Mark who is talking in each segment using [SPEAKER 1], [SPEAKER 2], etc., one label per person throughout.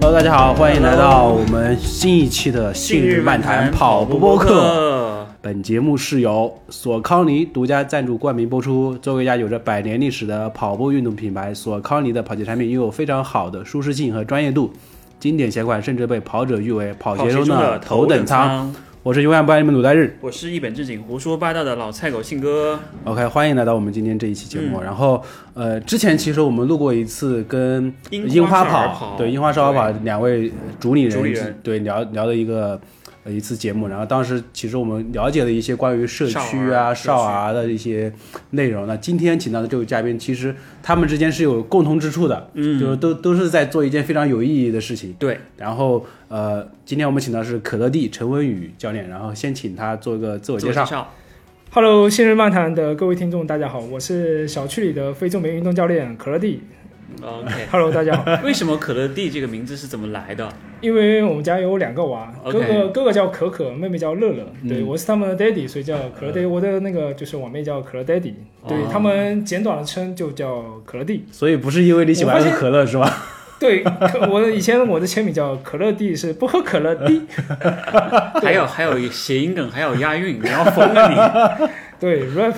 [SPEAKER 1] 大家好，欢迎来到我们新一期的《信日漫谈跑步播客》。
[SPEAKER 2] 客，
[SPEAKER 1] 本节目是由索康尼独家赞助冠名播出。作为一家有着百年历史的跑步运动品牌，索康尼的跑鞋产品拥有非常好的舒适性和专业度，经典鞋款甚至被跑者誉为跑鞋中的头等舱。
[SPEAKER 2] 舱。
[SPEAKER 1] 我是永远不爱你们鲁代日。
[SPEAKER 2] 我是一本正经胡说八道的老菜狗信哥，
[SPEAKER 1] OK，欢迎来到我们今天这一期节
[SPEAKER 2] 嗯
[SPEAKER 1] 目。然后，呃，之前其实我们录过一次跟
[SPEAKER 2] 樱
[SPEAKER 1] 樱花
[SPEAKER 2] 花少儿跑
[SPEAKER 1] 对樱花少儿跑两位主理人
[SPEAKER 2] 主理人
[SPEAKER 1] 对聊聊的一个、呃、一次节目。然后当时其实我们了解了一些关于社区啊、
[SPEAKER 2] 少
[SPEAKER 1] 少
[SPEAKER 2] 儿
[SPEAKER 1] 儿的一些内容。那今天请到的这位嘉宾，其实他们之间是有共同之处的，嗯，就是都都是在做一件非常有意义的事情。
[SPEAKER 2] 对，
[SPEAKER 1] 然后，呃，今天我们请到是可乐蒂陈文宇教练，然后先请他做个自我
[SPEAKER 2] 自
[SPEAKER 1] 介
[SPEAKER 2] 我
[SPEAKER 1] 绍
[SPEAKER 2] 介。绍，
[SPEAKER 3] Hello，信任漫谈的各位听众，大家好，我是小区里的非著名运动教练可乐蒂。
[SPEAKER 2] OK。
[SPEAKER 3] Hello，大家好，
[SPEAKER 2] 为什么可乐蒂这个名字是怎么 来的？
[SPEAKER 3] 因为我们家有两个娃
[SPEAKER 2] OK 嗯
[SPEAKER 3] 哥哥哥哥叫可可，妹妹叫乐乐，对我是他们的 daddy，所以叫可乐 daddy，、我的那个就是我妹叫可乐 daddy，对、
[SPEAKER 2] 哦
[SPEAKER 3] 他们简短的称就叫可乐蒂。
[SPEAKER 1] 所以不是因为你喜欢喝可乐是吧？
[SPEAKER 3] 对，可我以前我的签名叫可乐蒂，是不喝可乐蒂。
[SPEAKER 2] 还有还有谐音梗，还有押韵，你要疯了
[SPEAKER 3] 对，rap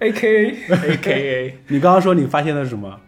[SPEAKER 3] A K A。
[SPEAKER 2] 你！A K A
[SPEAKER 1] 你刚刚说你发现了什么？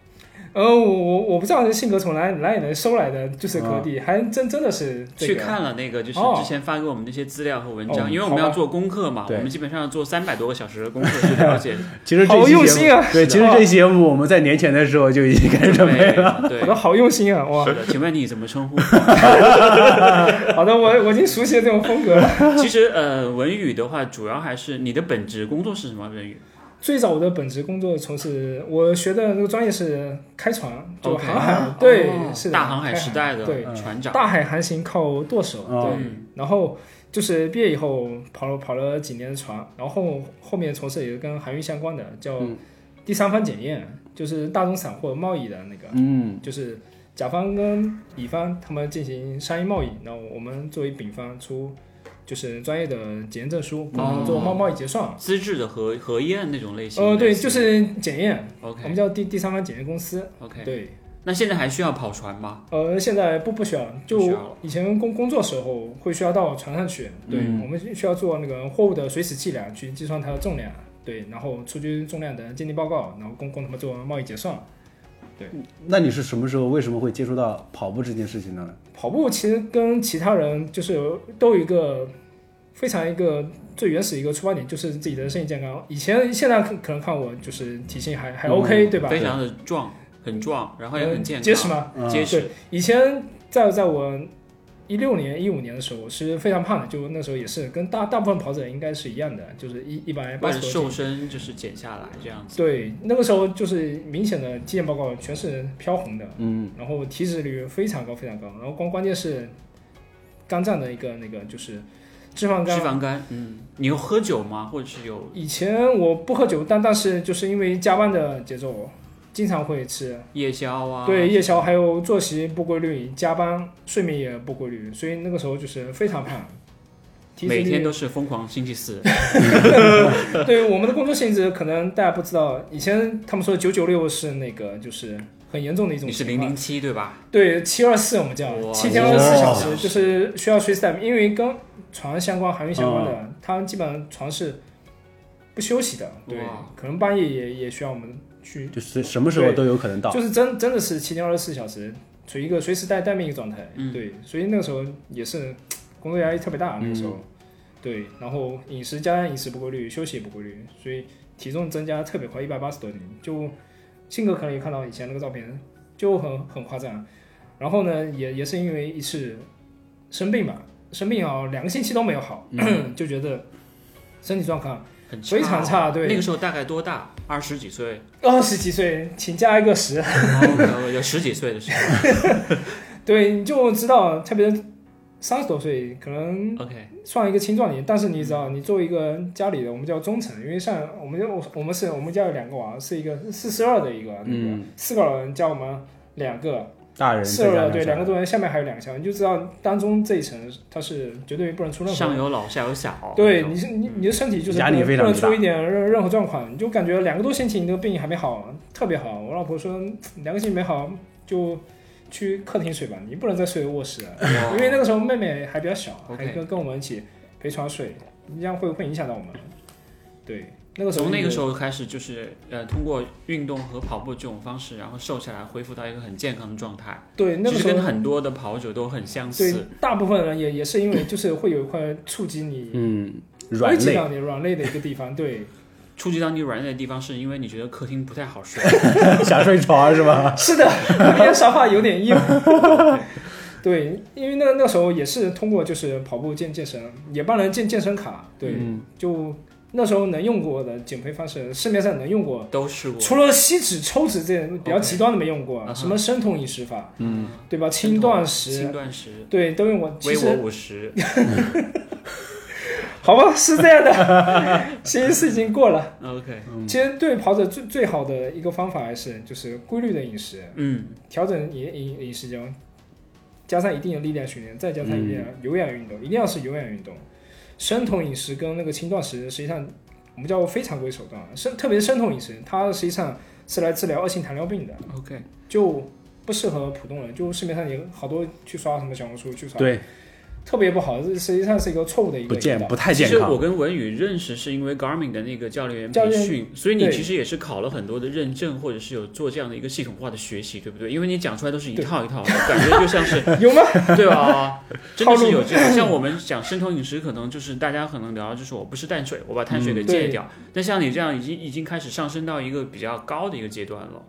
[SPEAKER 3] 呃，我我我不知道这性格从哪里哪里能收来的，就是可乐蒂，还真真的是、这个、
[SPEAKER 2] 哦去看了那个，就是
[SPEAKER 3] 哦
[SPEAKER 2] 之前发给我们那些资料和文
[SPEAKER 3] 哦
[SPEAKER 2] 章，因为我们
[SPEAKER 3] 好吧
[SPEAKER 2] 要做功课嘛，
[SPEAKER 1] 嗯
[SPEAKER 2] 我
[SPEAKER 1] 对
[SPEAKER 2] 们基本上要做三百多个小时的功课去 了解
[SPEAKER 1] 其实这期
[SPEAKER 3] 好
[SPEAKER 1] 节目
[SPEAKER 3] 用心啊
[SPEAKER 1] 对，其实
[SPEAKER 3] 是吧
[SPEAKER 1] 这期节目我们在年前的时候就已经开始准备 了。
[SPEAKER 2] 对
[SPEAKER 3] 我，都好用心啊，哇！
[SPEAKER 2] 是的，请问你怎么称呼？
[SPEAKER 3] 好的，我我已经熟悉了这种风格了。
[SPEAKER 2] 其实呃，文宇的话，主要还是你的本职工作是什么？文宇
[SPEAKER 3] 最早我的本职工作从事，我学的那个专业是开船，就
[SPEAKER 2] OK
[SPEAKER 3] 航海对，
[SPEAKER 2] 哦
[SPEAKER 3] 是的，
[SPEAKER 2] 大航海时代
[SPEAKER 3] 开对，
[SPEAKER 2] 的嗯船长，
[SPEAKER 3] 大海航行靠舵手，
[SPEAKER 1] 哦
[SPEAKER 3] 对。然后就是毕业以后跑了跑了几年的船，然后后面从事也是跟航运相关的，叫
[SPEAKER 2] 嗯
[SPEAKER 3] 第三方检验，就是大宗散货贸易的那个，
[SPEAKER 1] 嗯，
[SPEAKER 3] 就是甲方跟乙方他们进行商业贸易，那我们作为丙方出就是专业的检验证书，帮他们做贸贸易结算。
[SPEAKER 2] 资质的核核验那嗯种类型的。
[SPEAKER 3] 呃，对，就是检验，我
[SPEAKER 2] OK 哎
[SPEAKER 3] 们叫第第三方检验公司。
[SPEAKER 2] OK。
[SPEAKER 3] 对，
[SPEAKER 2] 那现在还需要跑船吗？
[SPEAKER 3] 呃，现在不不需要，就
[SPEAKER 2] 不需要了
[SPEAKER 3] 以前工工作时候会需要到船上去，对、
[SPEAKER 2] 嗯
[SPEAKER 3] 我们需要做那个货物的水死计量，去计算它的重量，对，然后出具重量的鉴定报告，然后供供他们做贸易结算。
[SPEAKER 1] 那你是什么时候为什么会接触到跑步这件事情的呢？
[SPEAKER 3] 跑步其实跟其他人就是都有一个非常一个最原始一个出发点，就是自己的身体健康。以前现在可可能看我就是体型还还
[SPEAKER 1] 嗯
[SPEAKER 3] OK，、对吧？呃
[SPEAKER 2] 非常的壮，很壮，然后也很健康，
[SPEAKER 3] 结实嘛。
[SPEAKER 1] 嗯
[SPEAKER 2] 结实。
[SPEAKER 3] 以前在在我一六年、一五年的时候，我是非常胖的，就那时候也是跟大大部分跑者应该是一样的，就是一一百
[SPEAKER 2] 为
[SPEAKER 3] 八
[SPEAKER 2] 了
[SPEAKER 3] 十
[SPEAKER 2] 瘦
[SPEAKER 3] 多斤。
[SPEAKER 2] 身就是减下来这样子。
[SPEAKER 3] 对，那个时候就是明显的体检报告全是飘红的，
[SPEAKER 1] 嗯，
[SPEAKER 3] 然后体脂率非常高，非常高。然后关关键是肝脏的一个那个就是脂肪
[SPEAKER 2] 脂
[SPEAKER 3] 肝。
[SPEAKER 2] 肪肝，嗯，你有喝酒吗？或者是有
[SPEAKER 3] 以前我不喝酒，但但是就是因为加班的节奏，经常会吃，
[SPEAKER 2] 夜宵啊？
[SPEAKER 3] 对，夜宵还有作息不规律，加班睡眠也不规律，所以那个时候就是非常胖。体脂
[SPEAKER 2] 每
[SPEAKER 3] 率
[SPEAKER 2] 天都是疯狂星期四，
[SPEAKER 3] 对我们的工作性质，可能大家不知道，以前他们说九九六是那个就是很严重的一种
[SPEAKER 2] 你是
[SPEAKER 3] 情
[SPEAKER 2] 零
[SPEAKER 3] 况
[SPEAKER 2] 零，七对吧？
[SPEAKER 3] 对七二四我们叫
[SPEAKER 2] 哇
[SPEAKER 3] 七天二十四小
[SPEAKER 2] 哇
[SPEAKER 3] 时，就是需要 t h r e step，因为跟床相关、航运相关的，他们基本上床是不休息的，对
[SPEAKER 2] 哇，
[SPEAKER 3] 可能半夜也也需要我们去
[SPEAKER 1] 就是什么时候都有可能到。
[SPEAKER 3] 就是真真的是七天二十四小时，处于一个随时待待命一个状态。
[SPEAKER 2] 嗯
[SPEAKER 3] 对，所以那个时候也是嗯工作压力特别大，那个时候，对，然后饮食加上饮食不规律，休息也不规律，所以体重增加特别快，一百八十多斤。就性格可能也看到以前那个照片，就很很夸张。然后呢，也也是因为一次生病吧，生病啊，两个星期都没有好， 就觉得身体状况
[SPEAKER 2] 很差哦
[SPEAKER 3] 非常差。
[SPEAKER 2] 那
[SPEAKER 3] 对
[SPEAKER 2] 个，时候大概多大？二十几岁，
[SPEAKER 3] 二十几岁，请加一个十。
[SPEAKER 2] 哦有十几岁的时候。
[SPEAKER 3] 对，你就知道，特别三十多岁可能
[SPEAKER 2] OK，
[SPEAKER 3] 算一个青壮年，但是你知道，你作为一个家里的，我们叫中层，因为像我们就我们是我们家有两个娃，是一个四十二的一个，那个
[SPEAKER 1] 嗯
[SPEAKER 3] 四个老人加我们两个，
[SPEAKER 1] 大人
[SPEAKER 3] 四
[SPEAKER 1] 在
[SPEAKER 3] 个
[SPEAKER 1] 家
[SPEAKER 3] 人对两个多人，下面还有两个小孩，你就知道当中这一层它是绝对不能出任
[SPEAKER 2] 上
[SPEAKER 3] 何。
[SPEAKER 2] 有老下有小。
[SPEAKER 3] 对，你是你你的身体就是
[SPEAKER 1] 压
[SPEAKER 3] 不
[SPEAKER 1] 力
[SPEAKER 3] 能
[SPEAKER 1] 非
[SPEAKER 3] 不
[SPEAKER 1] 常
[SPEAKER 3] 能
[SPEAKER 1] 大
[SPEAKER 3] 出一点任任何状况，你就感觉两个多星期你的病还没好，特别好。我老婆说两个星期没好就去客厅睡吧，你不能再睡卧室了，因为那个时候妹妹还比较小，还
[SPEAKER 2] OK
[SPEAKER 3] 跟跟我们一起陪床睡，你这样会会影响到我们。对，那个时候
[SPEAKER 2] 从那个时
[SPEAKER 3] 候，
[SPEAKER 2] 候开始，就是呃，通过运动和跑步这种方式，然后瘦下来，恢复到一个很健康的状态。
[SPEAKER 3] 对那
[SPEAKER 2] 其
[SPEAKER 3] 个
[SPEAKER 2] 实
[SPEAKER 3] 时
[SPEAKER 2] 跟
[SPEAKER 3] 候，
[SPEAKER 2] 很多的跑者都很相
[SPEAKER 3] 对
[SPEAKER 2] 似。
[SPEAKER 3] 大部分人也也是因为就是会有一块触及你
[SPEAKER 1] 嗯，
[SPEAKER 3] 危
[SPEAKER 1] 软
[SPEAKER 3] 及
[SPEAKER 1] 肋，
[SPEAKER 3] 到你软肋的一个地方，对，
[SPEAKER 2] 触及到你软肋的地方，是因为你觉得客厅不太好 睡。
[SPEAKER 1] 想睡床是吧？
[SPEAKER 3] 是的，因为沙发有点硬。 对，因为那那时候也是通过就是跑步健健身，也帮人健健身卡。对，
[SPEAKER 2] 嗯
[SPEAKER 3] 就那时候能用过的减肥方式，市面上能用过，
[SPEAKER 2] 都试过，
[SPEAKER 3] 除了吸脂、抽脂这种比较
[SPEAKER 2] OK
[SPEAKER 3] 极端的没用过
[SPEAKER 2] 啊哈
[SPEAKER 3] 什么生酮饮食法，
[SPEAKER 1] 嗯，
[SPEAKER 3] 对吧？轻断食
[SPEAKER 2] 轻，断食，
[SPEAKER 3] 对，都用过。其
[SPEAKER 2] 微我五
[SPEAKER 3] 实
[SPEAKER 2] 十，
[SPEAKER 3] 好吧，是这样的， 其实是已经过了。
[SPEAKER 2] OK，
[SPEAKER 3] 其实对跑者最最好的一个方法还是就是规律的饮食。
[SPEAKER 2] 嗯，
[SPEAKER 3] 调整饮饮饮食中，加上一定的力量训练，再加上一定的有氧运动，一定要是有氧运动。生酮饮食跟那个轻断食，实际上我们叫非常规手段啊，生特别是生酮饮食，它实际上是来治疗二型糖尿病的，
[SPEAKER 2] OK，
[SPEAKER 3] 就不适合普通人。就市面上也好多去刷什么小红书去刷，，
[SPEAKER 1] 对，
[SPEAKER 3] 特别不好，这实际上是一个错误的一
[SPEAKER 1] 不
[SPEAKER 3] 个
[SPEAKER 1] 健
[SPEAKER 3] 引导
[SPEAKER 1] 不太
[SPEAKER 2] 其
[SPEAKER 1] 健
[SPEAKER 2] 实
[SPEAKER 1] 康
[SPEAKER 2] 我。跟文宇认识是因为 Garmin 的那个教练员
[SPEAKER 3] 教
[SPEAKER 2] 培
[SPEAKER 3] 练
[SPEAKER 2] 训，所以你
[SPEAKER 3] 对
[SPEAKER 2] 其实也是考了很多的认证，或者是有做这样的一个系统化的学习，对不对？因为你讲出来都是一
[SPEAKER 3] 对
[SPEAKER 2] 套一套的，感觉就像是
[SPEAKER 3] 有吗？
[SPEAKER 2] 对吧？真的
[SPEAKER 3] 套
[SPEAKER 2] 是
[SPEAKER 3] 路
[SPEAKER 2] 有这样，像我们讲生酮饮食，可能就是大家可能聊到就是我不吃淡水，我把碳水给戒
[SPEAKER 3] 嗯对
[SPEAKER 2] 掉。但像你这样已经已经开始上升到一个比较高的一个阶段了。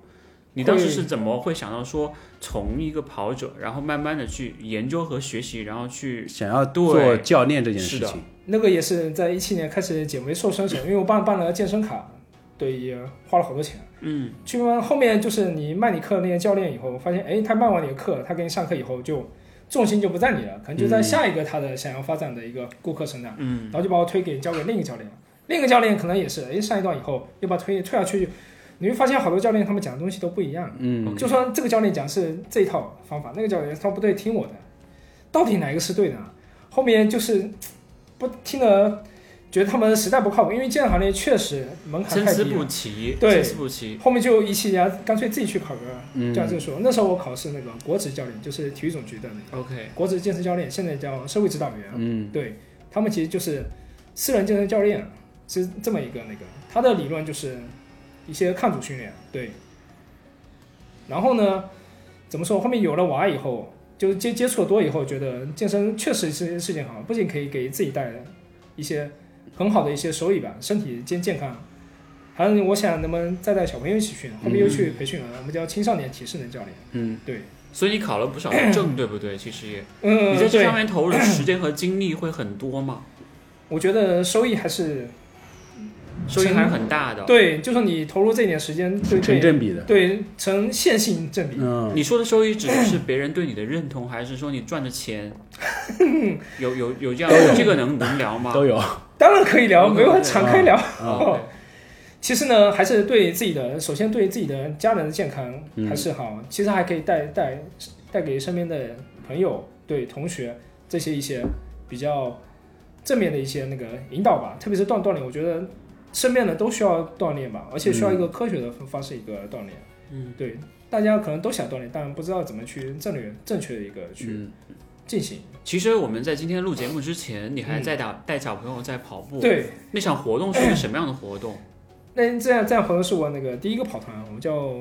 [SPEAKER 2] 你当时是怎么会想到说从一个跑者，然后慢慢的去研究和学习，然后去
[SPEAKER 1] 想要做教练这件事
[SPEAKER 2] 是的
[SPEAKER 1] 情，
[SPEAKER 3] 那个也是在一七年开始减肥瘦身时候，因为我办办了健身卡，对，也花了好多钱。嗯，去慢慢后面就是你卖你课那些教练以后，发现哎，他卖完你的课，他给你上课以后就重心就不在你了，可能就
[SPEAKER 1] 嗯
[SPEAKER 3] 在下一个他的想要发展的一个顾客身上。嗯，然后就把我推给交给另一个教练，另一个教练可能也是哎上一段以后又把推推下去，你会发现好多教练他们讲的东西都不一样。
[SPEAKER 1] 嗯，
[SPEAKER 3] 就算这个教练讲是这一套方法，那个教练说不对，听我的，到底哪个是对的啊？后面就是不听了，觉得他们实在不靠谱，因为健身行业确实门槛
[SPEAKER 2] 参
[SPEAKER 3] 太
[SPEAKER 2] 差
[SPEAKER 3] 低
[SPEAKER 2] 不
[SPEAKER 3] 了。
[SPEAKER 2] 齐，
[SPEAKER 3] 对
[SPEAKER 2] 参差不齐。
[SPEAKER 3] 后面就一气之下，干脆自己去考个教证书。那时候我考是那个国职教练，就是体育总局的那
[SPEAKER 2] OK，
[SPEAKER 3] 个国职健身教练，现在叫社会指导员。啊
[SPEAKER 1] 嗯，
[SPEAKER 3] 对他们其实就是私人健身教练，是这么一个那个，他的理论就是一些抗阻训练，对。然后呢，怎么说？后面有了娃以后，就接接触的多以后，觉得健身确实是是件好，不仅可以给自己带来一些很好的一些收益吧，身体健健康。还有，我想能不能再带小朋友一起去呢？后面又去培训了，我们叫青少年体适能教练。
[SPEAKER 1] 嗯，
[SPEAKER 3] 对，
[SPEAKER 2] 所以你考了不少的 证，对不对？其实也，
[SPEAKER 3] 嗯，
[SPEAKER 2] 你在这
[SPEAKER 3] 对
[SPEAKER 2] 上面投入的时间和精力会很多 嘛，
[SPEAKER 3] 我觉得收益还是
[SPEAKER 2] 收益还是很大的。
[SPEAKER 3] 对，就是你投入这一点时间，对
[SPEAKER 1] 成
[SPEAKER 3] 对
[SPEAKER 1] 正比的，
[SPEAKER 3] 对，成线性正比。
[SPEAKER 1] 嗯，
[SPEAKER 2] 你说的收益指的是别人对你的认同，还是说你赚的 钱？有有有这样
[SPEAKER 1] 都有
[SPEAKER 2] 这个能能聊吗？
[SPEAKER 1] 都有，
[SPEAKER 3] 当然可以聊，
[SPEAKER 2] 嗯
[SPEAKER 3] 没有
[SPEAKER 2] 对
[SPEAKER 3] 敞开聊。
[SPEAKER 2] 哦
[SPEAKER 3] 其实呢，还是对自己的，首先对自己的家人的健康
[SPEAKER 1] 嗯
[SPEAKER 3] 还是好，其实还可以带带带给身边的朋友、对同学这些一些比较正面的一些那个引导吧，特别是锻锻炼，我觉得身边的都需要锻炼吧，而且需要一个科学的方方式一个锻炼。
[SPEAKER 2] 嗯，
[SPEAKER 3] 对，大家可能都想锻炼，但不知道怎么去正确正确的一个去
[SPEAKER 1] 嗯，
[SPEAKER 3] 进行。
[SPEAKER 2] 其实我们在今天录节目之前，你还在打带小朋友在跑步。，
[SPEAKER 3] 嗯对，
[SPEAKER 2] 那场活动是一个什么样的活动？
[SPEAKER 3] 那这样这样活动是我那个第一个跑团，我们叫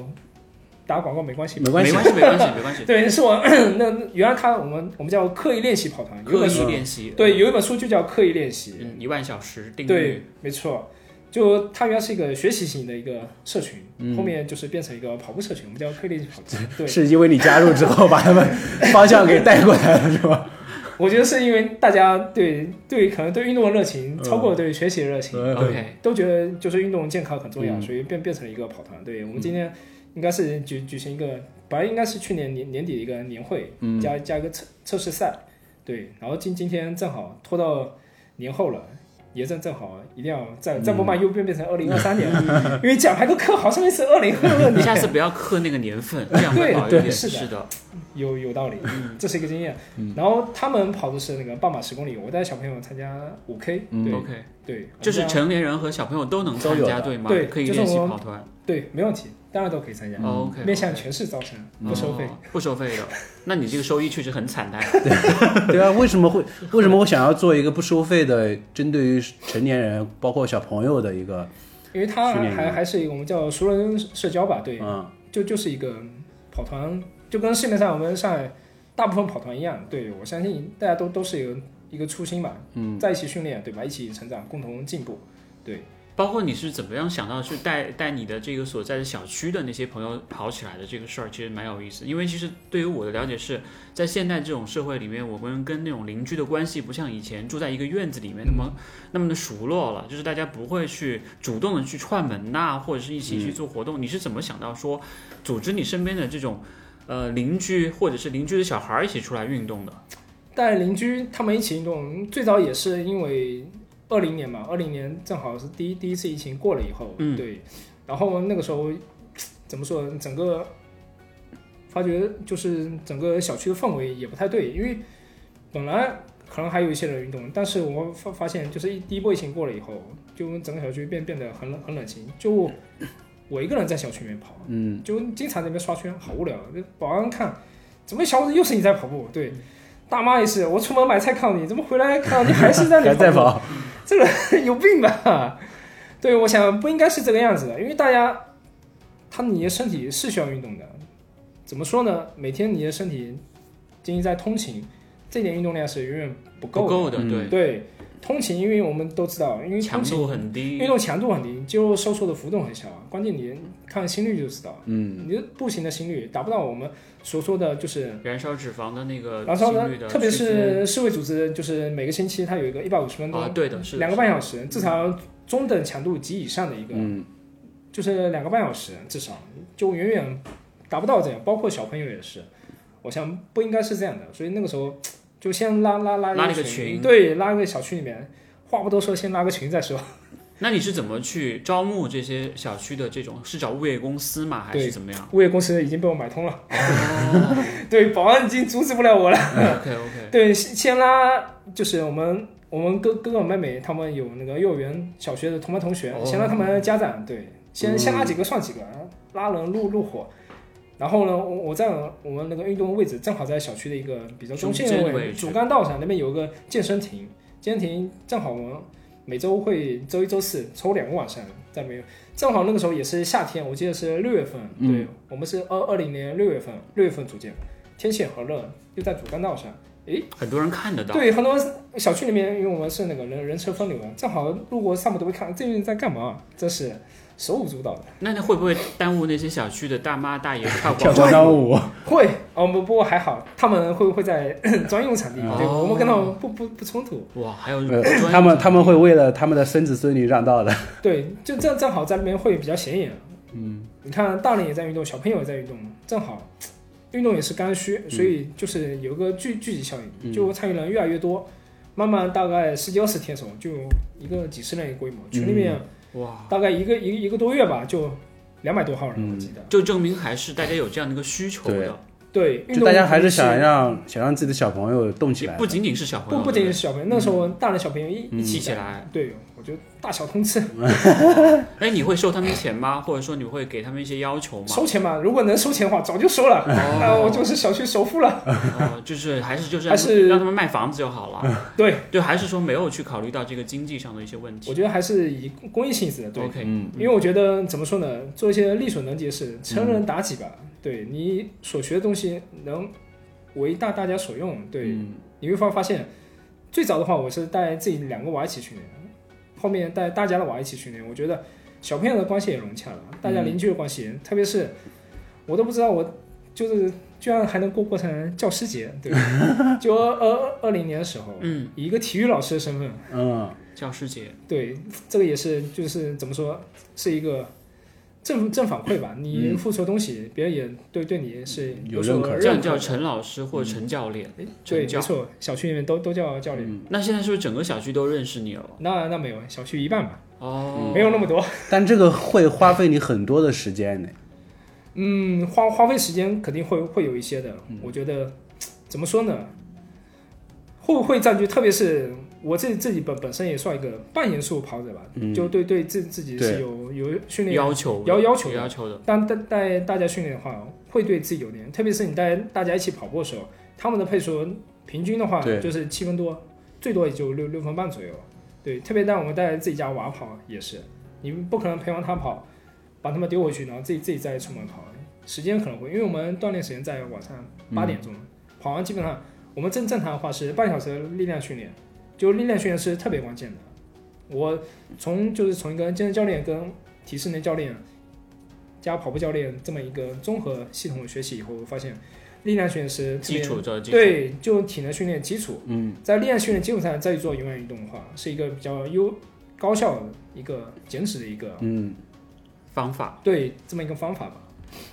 [SPEAKER 3] 打广告没关系吧，
[SPEAKER 1] 没关
[SPEAKER 2] 没
[SPEAKER 1] 系
[SPEAKER 2] 关系，没关系，没关系。
[SPEAKER 3] 对，是我 那那原来他我们我们叫刻意练习跑 团，有一
[SPEAKER 2] 刻
[SPEAKER 3] 本
[SPEAKER 2] 意
[SPEAKER 3] 书，
[SPEAKER 2] 练习。
[SPEAKER 3] 对，有一本书就叫刻意练习，
[SPEAKER 2] 嗯，一万小时定律
[SPEAKER 3] 对。，没错，就它原来是一个学习型的一个社群，
[SPEAKER 2] 嗯
[SPEAKER 3] 后面就是变成一个跑步社群，我们叫刻意练习跑 团。对，
[SPEAKER 1] 是因为你加入之后把他们方向给带过来了是吧？
[SPEAKER 3] 我觉得是因为大家对对可能对运动的热情
[SPEAKER 2] 嗯
[SPEAKER 3] 超过对学习的热情，
[SPEAKER 1] 嗯
[SPEAKER 2] OK，
[SPEAKER 3] 都觉得就是运动健康很重要，
[SPEAKER 1] 嗯
[SPEAKER 3] 所以变变成了一个跑团。对我们今天应该是举举行一个，本来应该是去年年年底的一个年会，
[SPEAKER 1] 嗯
[SPEAKER 3] 加加一个测测试赛，对，然后今今天正好拖到年后了。也正正好，一定要再再不慢又变变成二零二三年了， 因为奖牌都刻好像是二零二二
[SPEAKER 2] 你下
[SPEAKER 3] 年，
[SPEAKER 2] 次不要刻那个年份，这样会
[SPEAKER 3] 对
[SPEAKER 2] 好一
[SPEAKER 3] 对
[SPEAKER 2] 点。
[SPEAKER 3] 是的
[SPEAKER 2] 是的，
[SPEAKER 3] 有有道理，这是一个经验。然后他们跑的是那个半马十公里，我带小朋友参加五 K，
[SPEAKER 1] 嗯
[SPEAKER 3] 对
[SPEAKER 2] OK，
[SPEAKER 3] 对，
[SPEAKER 2] 就是
[SPEAKER 3] 我们这样
[SPEAKER 2] 成年人和小朋友都能
[SPEAKER 1] 都
[SPEAKER 2] 参
[SPEAKER 1] 有
[SPEAKER 2] 加，
[SPEAKER 1] 的
[SPEAKER 2] 对吗？
[SPEAKER 3] 对
[SPEAKER 2] 可以
[SPEAKER 3] 就是
[SPEAKER 2] 练习
[SPEAKER 3] 我
[SPEAKER 2] 跑团。
[SPEAKER 3] 对，没问题。大家都可以参加，
[SPEAKER 2] o k
[SPEAKER 3] 面向全市招生，不收费。
[SPEAKER 2] 嗯不收费的，那你这个收益确实很惨淡。
[SPEAKER 1] 对啊，为什么会为什么会想要做一个不收费的，针对于成年人包括小朋友的一个，
[SPEAKER 3] 因为它
[SPEAKER 1] 训练营
[SPEAKER 3] 还还是一个我们叫熟人社交吧，对，
[SPEAKER 1] 嗯，
[SPEAKER 3] 就就是一个跑团，就跟市面上我们上海大部分跑团一样，对我相信大家都都是一个一个初心吧，嗯，在一起训练，对吧？一起成长，共同进步，对，
[SPEAKER 2] 包括你是怎么样想到去带带你的这个所在的小区的那些朋友跑起来的这个事儿，其实蛮有意思。因为其实对于我的了解是，在现代这种社会里面，我们跟那种邻居的关系不像以前住在一个院子里面那么 那么的熟络了，就是大家不会去主动的去串门呐、或者是一起去做活动。你是怎么想到说组织你身边的这种呃邻居或者是邻居的小孩儿一起出来运动的？
[SPEAKER 3] 带邻居他们一起运动，最早也是因为二零年嘛，二零年正好是第一第一次疫情过了以后，
[SPEAKER 2] 嗯
[SPEAKER 3] 对，然后那个时候怎么说，整个发觉就是整个小区的氛围也不太对，因为本来可能还有一些人运动，但是我发发现就是一第一波疫情过了以后，就整个小区变变得很冷很冷清，就我一个人在小区里面跑，
[SPEAKER 1] 嗯，
[SPEAKER 3] 就经常在那边刷圈，好无聊，就保安看。怎么小伙子又是你在跑步？对，大妈也是，我出门买菜看到你，怎么回来看到你还是在那
[SPEAKER 1] 还
[SPEAKER 3] 里
[SPEAKER 1] 在
[SPEAKER 3] 跑
[SPEAKER 1] 跑，
[SPEAKER 3] 步？ 有病吧？对，我想不应该是这个样子的，因为大家，他你的身体是需要运动的。怎么说呢？每天你的身体经历在通勤，这点运动量是远远不够
[SPEAKER 2] 不
[SPEAKER 3] 的。
[SPEAKER 2] 够的，
[SPEAKER 1] 嗯
[SPEAKER 3] 对，通勤，因为我们都知道，因为
[SPEAKER 2] 强
[SPEAKER 3] 通勤
[SPEAKER 2] 度很低，
[SPEAKER 3] 运动强度很低，肌肉收缩的幅度很小，啊关键你看心率就知道，
[SPEAKER 1] 嗯，
[SPEAKER 3] 你的步行的心率达不到我们所说的就是
[SPEAKER 2] 燃烧脂肪的那个
[SPEAKER 3] 然后
[SPEAKER 2] 呃心
[SPEAKER 3] 呢
[SPEAKER 2] 率的，
[SPEAKER 3] 特别
[SPEAKER 2] 区间
[SPEAKER 3] 是世卫组织，就是每个星期它有一个一百五十分钟，
[SPEAKER 2] 啊，对的，是的
[SPEAKER 3] 两个半小时，至少中等强度及以上的一个，
[SPEAKER 1] 嗯
[SPEAKER 3] 就是两个半小时至少，就远远达不到这样，包括小朋友也是，我想不应该是这样的，所以那个时候就先拉拉拉
[SPEAKER 2] 拉
[SPEAKER 3] 一
[SPEAKER 2] 了个群
[SPEAKER 3] 群，对，拉个小区里面，话不多说，先拉个群再说，
[SPEAKER 2] 那你是怎么去招募这些小区的这种？是找物业公司吗？还是
[SPEAKER 3] 对
[SPEAKER 2] 怎 么样哦
[SPEAKER 3] 物业公司已经被我买通了，对，保安已经阻止不了我了。
[SPEAKER 2] ？OK OK，
[SPEAKER 3] 对，先先拉就是我们我们哥哥哥妹妹他们有那个幼儿园、小学的同班同学，
[SPEAKER 2] 哦
[SPEAKER 3] 先拉他们的家长，对，先、先拉几个算几个，拉人入入伙。然后呢，我我在我们那个运动的位置正好在小区的一个比较中心
[SPEAKER 2] 中
[SPEAKER 3] 的
[SPEAKER 2] 间的
[SPEAKER 3] 位
[SPEAKER 2] 位置
[SPEAKER 3] 主干道上，那边有一个健身亭，健身亭正好我们每周会周一周四抽两个晚上在那边，正好那个时候也是夏天，我记得是六月份，对、
[SPEAKER 1] 嗯
[SPEAKER 3] 我们是二二零年六月份六月份组建，天气很热，又在主干道上。
[SPEAKER 2] 很多人看得到。
[SPEAKER 3] 对，很多小区里面，因为我们是那个人人车分流的，正好路过上面都会看，这人在干嘛？真是手舞足蹈的。
[SPEAKER 2] 那那会不会耽误那些小区的大妈大 爷跳
[SPEAKER 1] 跳广
[SPEAKER 2] 广场？
[SPEAKER 1] 场舞，
[SPEAKER 3] 会，哦，不不过还好，他们会会在 专用场地，对，
[SPEAKER 2] 哦
[SPEAKER 3] 我们跟他们不不不冲突。
[SPEAKER 2] 哇，还有
[SPEAKER 1] 呃
[SPEAKER 2] 专业
[SPEAKER 1] 他们他们会为了他们的孙子孙女让道的，
[SPEAKER 3] 对，就正正好在那边会比较显眼。嗯，你看大人也在运动，小朋友也在运动，正好运动也是刚需，所以就是有个聚聚集效应，就参与人越来越多，慢慢大概十几二十天的时候，就一个几十人的规模，群里面
[SPEAKER 2] 哇，
[SPEAKER 3] 大概一个一个一个多月吧，就两百多号人，
[SPEAKER 1] 嗯
[SPEAKER 3] 我记得。
[SPEAKER 2] 就证明还是大家有这样的一个需求
[SPEAKER 1] 对
[SPEAKER 2] 的，
[SPEAKER 3] 对，运
[SPEAKER 1] 就
[SPEAKER 3] 动
[SPEAKER 1] 大家还是想
[SPEAKER 3] 让
[SPEAKER 1] 让想让自己的小朋友动起
[SPEAKER 2] 也
[SPEAKER 1] 来
[SPEAKER 2] 不，仅仅是小朋
[SPEAKER 3] 不
[SPEAKER 2] 友，
[SPEAKER 3] 不仅仅是小朋友，那时候大人小朋友一
[SPEAKER 1] 嗯
[SPEAKER 2] 一
[SPEAKER 3] 一起
[SPEAKER 2] 起
[SPEAKER 3] 来。
[SPEAKER 2] 来。
[SPEAKER 3] 对，我觉得大小通吃，
[SPEAKER 2] 哎，你会收他们钱吗？或者说你会给他们一些要求吗？
[SPEAKER 3] 收钱嘛，如果能收钱的话，早就收了。
[SPEAKER 1] 嗯
[SPEAKER 2] 哦
[SPEAKER 3] 那我就是小区首富了。
[SPEAKER 2] 哦，就是还是就是
[SPEAKER 3] 还是
[SPEAKER 2] 让他们卖房子就好了。
[SPEAKER 3] 对，
[SPEAKER 2] 对，还是说没有去考虑到这个经济上的一些问
[SPEAKER 3] 我
[SPEAKER 2] 题。
[SPEAKER 3] 觉得还是以公益性质的，对，
[SPEAKER 2] OK，
[SPEAKER 1] 嗯，
[SPEAKER 3] 因为我觉得怎么说呢，做一些力所能及的事，成
[SPEAKER 1] 嗯
[SPEAKER 3] 人达己吧。对你所学的东西能为大大家所用，对，
[SPEAKER 1] 嗯
[SPEAKER 3] 你会发发现，最早的话我是带自己两个娃一起训练，后面带大家的娃一起训练，我觉得小朋友的关系也融洽了，大
[SPEAKER 1] 嗯
[SPEAKER 3] 家邻居的关系，特别是我都不知道我就是居然还能过过成教师节，对吧， 就二二二零年的时候，
[SPEAKER 2] 嗯，
[SPEAKER 3] 以一个体育老师的身份，
[SPEAKER 1] 嗯，
[SPEAKER 2] 教师节。
[SPEAKER 3] 对，这个也是就是怎么说，是一个。正正反馈吧，你
[SPEAKER 1] 嗯
[SPEAKER 3] 付出的东西，别人也对对你是
[SPEAKER 1] 有
[SPEAKER 3] 所
[SPEAKER 1] 认可的
[SPEAKER 2] 这样
[SPEAKER 3] 认
[SPEAKER 2] 叫
[SPEAKER 3] 可的。
[SPEAKER 2] 陈老师或者陈教练。
[SPEAKER 3] 嗯哎
[SPEAKER 2] 陈
[SPEAKER 3] 对，没
[SPEAKER 2] 教。
[SPEAKER 3] 错，小区里面都都叫教
[SPEAKER 1] 嗯
[SPEAKER 3] 练。
[SPEAKER 2] 那现在是不是整个小区都认识你了？
[SPEAKER 3] 那那没有，小区一半吧，
[SPEAKER 2] 哦，
[SPEAKER 1] 嗯
[SPEAKER 3] 没有那么多。
[SPEAKER 1] 但这个会花费你很多的时间呢。
[SPEAKER 3] 嗯，花花费时间肯定会会有一
[SPEAKER 1] 嗯
[SPEAKER 3] 些的。我觉得怎么说呢，会会占据，特别是我自己自己本本身也算一个半严肃跑者吧，
[SPEAKER 1] 嗯
[SPEAKER 3] 就对对自自己
[SPEAKER 1] 对
[SPEAKER 3] 是有有训练
[SPEAKER 2] 要求
[SPEAKER 3] 要要求的
[SPEAKER 2] 要求的，
[SPEAKER 3] 当带带大家训练的话，会对自己有点，特别是你带大家一起跑步的时候，他们的配速平均的话
[SPEAKER 1] 对
[SPEAKER 3] 就是七分多，最多也就六六分半左右。对，特别带我们带自己家娃跑也是，你们不可能陪完他跑，把他们丢回去，然后自己自己再出门跑，时间可能会，因为我们锻炼时间在晚上八点钟，跑完基本上我们正正常的话是半小时的力量训练，就力量训练是特别关键的。我从就是从一个健身教练跟体适能教练加跑步教练这么一个综合系统的学习以后，我发现力量训练是特别
[SPEAKER 2] 基础的基础，
[SPEAKER 3] 对，就体能训练基础，
[SPEAKER 1] 嗯，
[SPEAKER 3] 在力量训练基础上再去做有氧运动的话，是一个比较优高效的一个减脂的一个
[SPEAKER 1] 嗯，
[SPEAKER 2] 方法。
[SPEAKER 3] 对这么一个方法吧。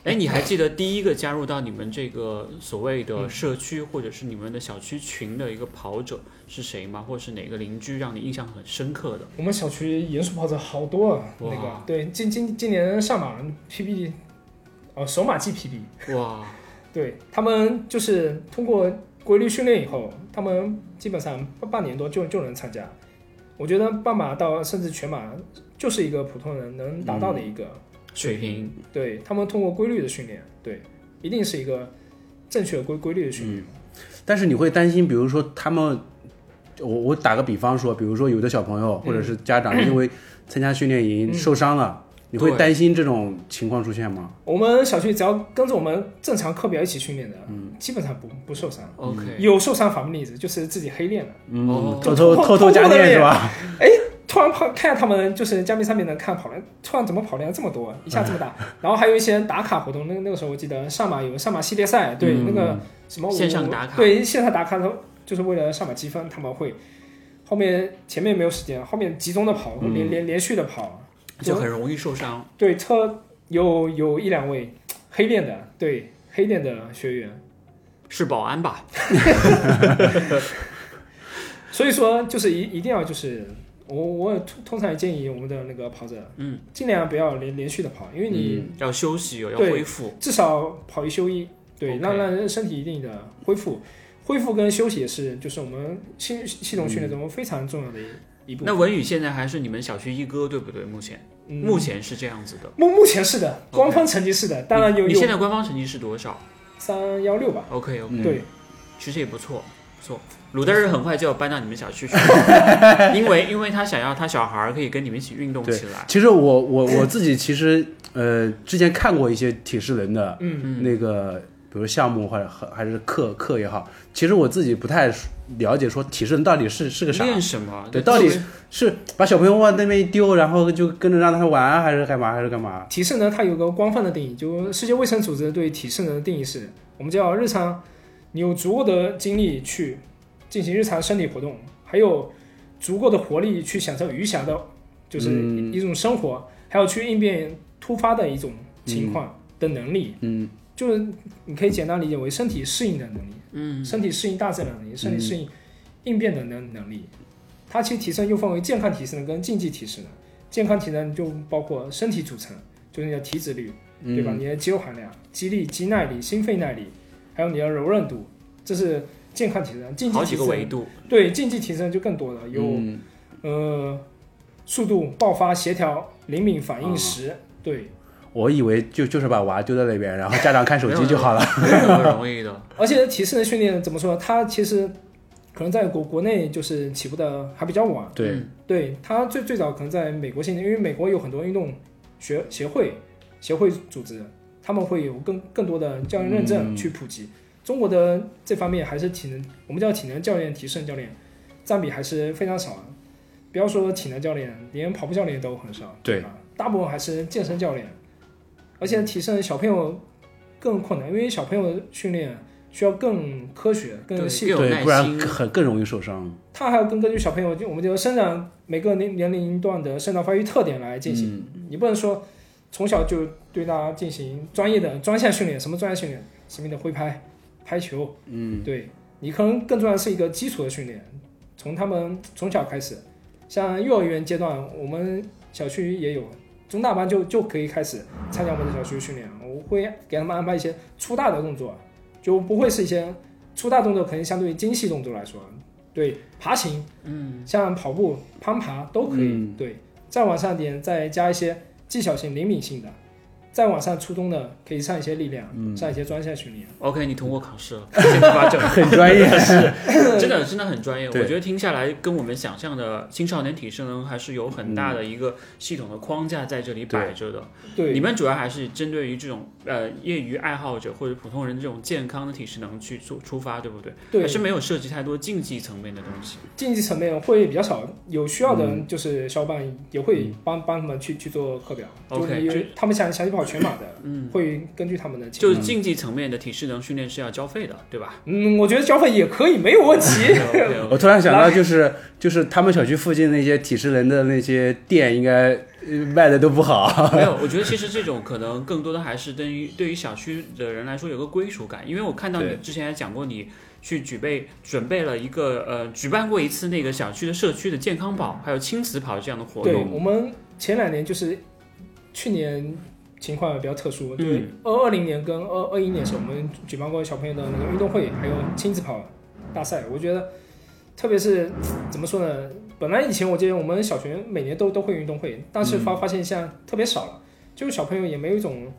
[SPEAKER 2] 哎，你还记得第一个加入到你们这个所谓的社区或者是你们的小区群的一个跑者是谁吗？或者是哪个邻居让你印象很深刻的？
[SPEAKER 3] 我们小区严肃跑者好多啊，那
[SPEAKER 2] 哇
[SPEAKER 3] 个对，今今今年上马 PB，哦，首马季 PB，
[SPEAKER 2] 哇，
[SPEAKER 3] 对他们就是通过规律训练以后，他们基本上半半年多就就能参加。我觉得半马到甚至全马就是一个普通人能达到的一个，
[SPEAKER 2] 水平
[SPEAKER 3] 对他们通过规律的训练，对，一定是一个正确的规规律的训练。
[SPEAKER 1] 但是你会担心，比如说他们，我我打个比方说，比如说有的小朋友或者是家长因为参加训练营
[SPEAKER 3] 嗯
[SPEAKER 1] 受伤了，你会
[SPEAKER 2] 对
[SPEAKER 1] 担心这种情况出现吗？
[SPEAKER 3] 我们小区只要跟着我们正常课表一起训练的，基本上不不受伤。
[SPEAKER 2] ，OK，
[SPEAKER 3] 有受伤反面例子就是自己黑练了，
[SPEAKER 2] 哦
[SPEAKER 1] 嗯偷偷
[SPEAKER 3] 偷
[SPEAKER 1] 偷偷
[SPEAKER 3] 偷
[SPEAKER 1] 加
[SPEAKER 3] 摸的
[SPEAKER 1] 练
[SPEAKER 3] 练
[SPEAKER 1] 是吧？
[SPEAKER 3] 突然跑看他们就是嘉宾上面能看跑量，突然怎么跑量这么多，一下这么大，
[SPEAKER 2] 嗯
[SPEAKER 3] 然后还有一些打卡活动，那个那个时候我记得上马有上马系列赛，对、那个什么
[SPEAKER 2] 嗯线上
[SPEAKER 3] 我
[SPEAKER 2] 打卡
[SPEAKER 3] 对线上打卡，就是为了上马积分，他们会后面前面没有时间，后面集中的跑，
[SPEAKER 1] 嗯
[SPEAKER 3] 连连连续的跑，
[SPEAKER 2] 就很容易受伤。
[SPEAKER 3] 对，特有有一两位黑练的，对黑练的学员，
[SPEAKER 2] 是保安吧？
[SPEAKER 3] 所以说就是一一定要就是我我通通常也建议我们的那个跑者，
[SPEAKER 2] 嗯，
[SPEAKER 3] 尽量不要连连续的跑，因为你
[SPEAKER 2] 要休息，有要
[SPEAKER 3] 对
[SPEAKER 2] 恢复。
[SPEAKER 3] 至少跑一休一，对，
[SPEAKER 2] OK
[SPEAKER 3] 让让身体一定的恢复，恢复跟休息也是就是我们系系统训练中非常重要的一一部分。
[SPEAKER 2] 那文宇现在还是你们小区一哥，对不对？目前
[SPEAKER 3] 嗯
[SPEAKER 2] 目前是这样子的。
[SPEAKER 3] 目目前是的，官方成绩是的，当然有
[SPEAKER 2] 你现
[SPEAKER 3] 有
[SPEAKER 2] 在官方成绩是多少
[SPEAKER 3] 三幺六吧，
[SPEAKER 2] ？OK OK，
[SPEAKER 1] 嗯
[SPEAKER 3] 对，
[SPEAKER 2] 其实也不错，不错。鲁德日很快就要搬到你们小区去， 因为因为他想要他小孩儿可以跟你们一起运动起来。
[SPEAKER 1] 其实我我我自己其实呃之前看过一些体适能的
[SPEAKER 3] 嗯，
[SPEAKER 1] 那个，比如项目或者还是课课也好，其实我自己不太了解说体适能到底是是个啥，
[SPEAKER 2] 练什么？
[SPEAKER 1] 对到底
[SPEAKER 2] 特别
[SPEAKER 1] 是把小朋友往那边一丢，然后就跟着让他玩，还是干嘛，还是干嘛？
[SPEAKER 3] 体适能它有个官方的定义，就世界卫生组织对体适能的定义是，我们叫日常，你有足够的精力去进行日常生理活动，还有足够的活力去享受余暇的，就是
[SPEAKER 1] 嗯
[SPEAKER 3] 一一种生活，还有去应变突发的一种情况的能力，
[SPEAKER 1] 嗯，
[SPEAKER 3] 就是你可以简单理解为身体适应的能力，
[SPEAKER 2] 嗯，
[SPEAKER 3] 身体适应大自然的能力，身体适应应变的能能力。它其实提升又分为健康体适能跟竞技体适能。健康体能就包括身体组成，就是你的体脂率，对吧？
[SPEAKER 1] 嗯
[SPEAKER 3] 你的肌肉含量、肌力、肌耐力、心肺耐力，还有你的柔韧度，这是健康体能。竞技
[SPEAKER 2] 好
[SPEAKER 3] 体
[SPEAKER 2] 几个
[SPEAKER 3] 适
[SPEAKER 2] 维
[SPEAKER 3] 能
[SPEAKER 2] 度。
[SPEAKER 3] 对竞技体适能就更多了，有、
[SPEAKER 1] 嗯
[SPEAKER 3] 呃速度、爆发、协调、灵敏、反应时，对，
[SPEAKER 1] 我以为就就是把娃丢在那边，然后家长看手机就好了。
[SPEAKER 2] 没有那么容易的。
[SPEAKER 3] 而且体适能训练怎么说？它其实可能在国国内就是起步的还比较晚，
[SPEAKER 1] 对，
[SPEAKER 2] 嗯
[SPEAKER 3] 对，它最最早可能在美国先进，因为美国有很多运动学协会协会组织，他们会有更更多的教练认证
[SPEAKER 1] 嗯
[SPEAKER 3] 去普及。中国的这方面还是体能，我们叫体能教练、体适能教练，占比还是非常少的。不要说体能教练，连跑步教练都很少，
[SPEAKER 1] 对
[SPEAKER 3] 吧？大部分还是健身教练，而且体适能小朋友更困难，因为小朋友训练需要更科学、更
[SPEAKER 2] 对
[SPEAKER 3] 系
[SPEAKER 2] 更有
[SPEAKER 1] 对，
[SPEAKER 2] 耐心
[SPEAKER 1] 不然很更容易受伤。
[SPEAKER 3] 它还要根根据小朋友，就我们就生长每个年年龄段的生长发育特点来进行。你不能说从小就对他进行专业的专项训练，什么专项训练，什么你的挥拍、拍球，嗯，对你可能更重要的是一个基础的训练，从他们从小开始，像幼儿园阶段，我们小区也有。中大班就就可以开始参加我们的小区训练，我会给他们安排一些粗大的动作，就不会是一些粗大动作，可能相对于精细动作来说，对，爬行，嗯，像跑步、攀爬都可以。
[SPEAKER 1] 嗯
[SPEAKER 3] 对，再往上点，再加一些技巧性、灵敏性的。再往上初中的，可以上一些力量，
[SPEAKER 2] 嗯
[SPEAKER 3] 上一些专项训练。
[SPEAKER 2] OK，你通过 考试了，先发证。
[SPEAKER 1] 嗯很专业。
[SPEAKER 2] 真的真的很专业。我
[SPEAKER 1] 对
[SPEAKER 2] 觉得听下来跟我们想象的青少年体适能还是有很
[SPEAKER 1] 嗯
[SPEAKER 2] 大的一个系统的框架在这里摆着的。
[SPEAKER 3] 对，
[SPEAKER 2] 你们主要还是针对于这种呃业余爱好者或者普通人这种健康的体适能去做出发，对不对？
[SPEAKER 3] 对
[SPEAKER 2] 还是没有涉及太多竞技层面的东西。
[SPEAKER 3] 竞技层面会比较少，有需要的
[SPEAKER 2] 嗯
[SPEAKER 3] 人就是小伙伴也会帮、帮他们去去做课表，
[SPEAKER 2] 嗯 OK，
[SPEAKER 3] 就是有他们想想去跑全马的，嗯，会根据他们的情
[SPEAKER 2] 就
[SPEAKER 3] 况。
[SPEAKER 2] 是竞技层面的体适能训练是要交费的，对 吧？
[SPEAKER 3] 嗯，我觉得消费也可以，没有问题。
[SPEAKER 1] 我突然想到，就是就是他们小区附近那些体适能的那些店，应该呃卖的都不好。
[SPEAKER 2] 没有，我觉得其实这种可能更多的还是对于对于小区的人来说有个归属感，因为我看到你
[SPEAKER 1] 对
[SPEAKER 2] 之前还讲过你。去举备准备了一个呃，举办过一次那个小区的社区的健康跑，还有亲子跑这样的活
[SPEAKER 3] 对
[SPEAKER 2] 动。
[SPEAKER 3] 我们前两年就是去年情况比较特殊，
[SPEAKER 2] 嗯
[SPEAKER 3] 对二二零年跟二二一年时候，我们举办过小朋友的那个运动会，还有亲子跑大赛。我觉得，特别是怎么说呢？本来以前我记得我们小学每年都都会运动会，但是
[SPEAKER 2] 嗯
[SPEAKER 3] 发发现现在特别少了，就是小朋友也没有一种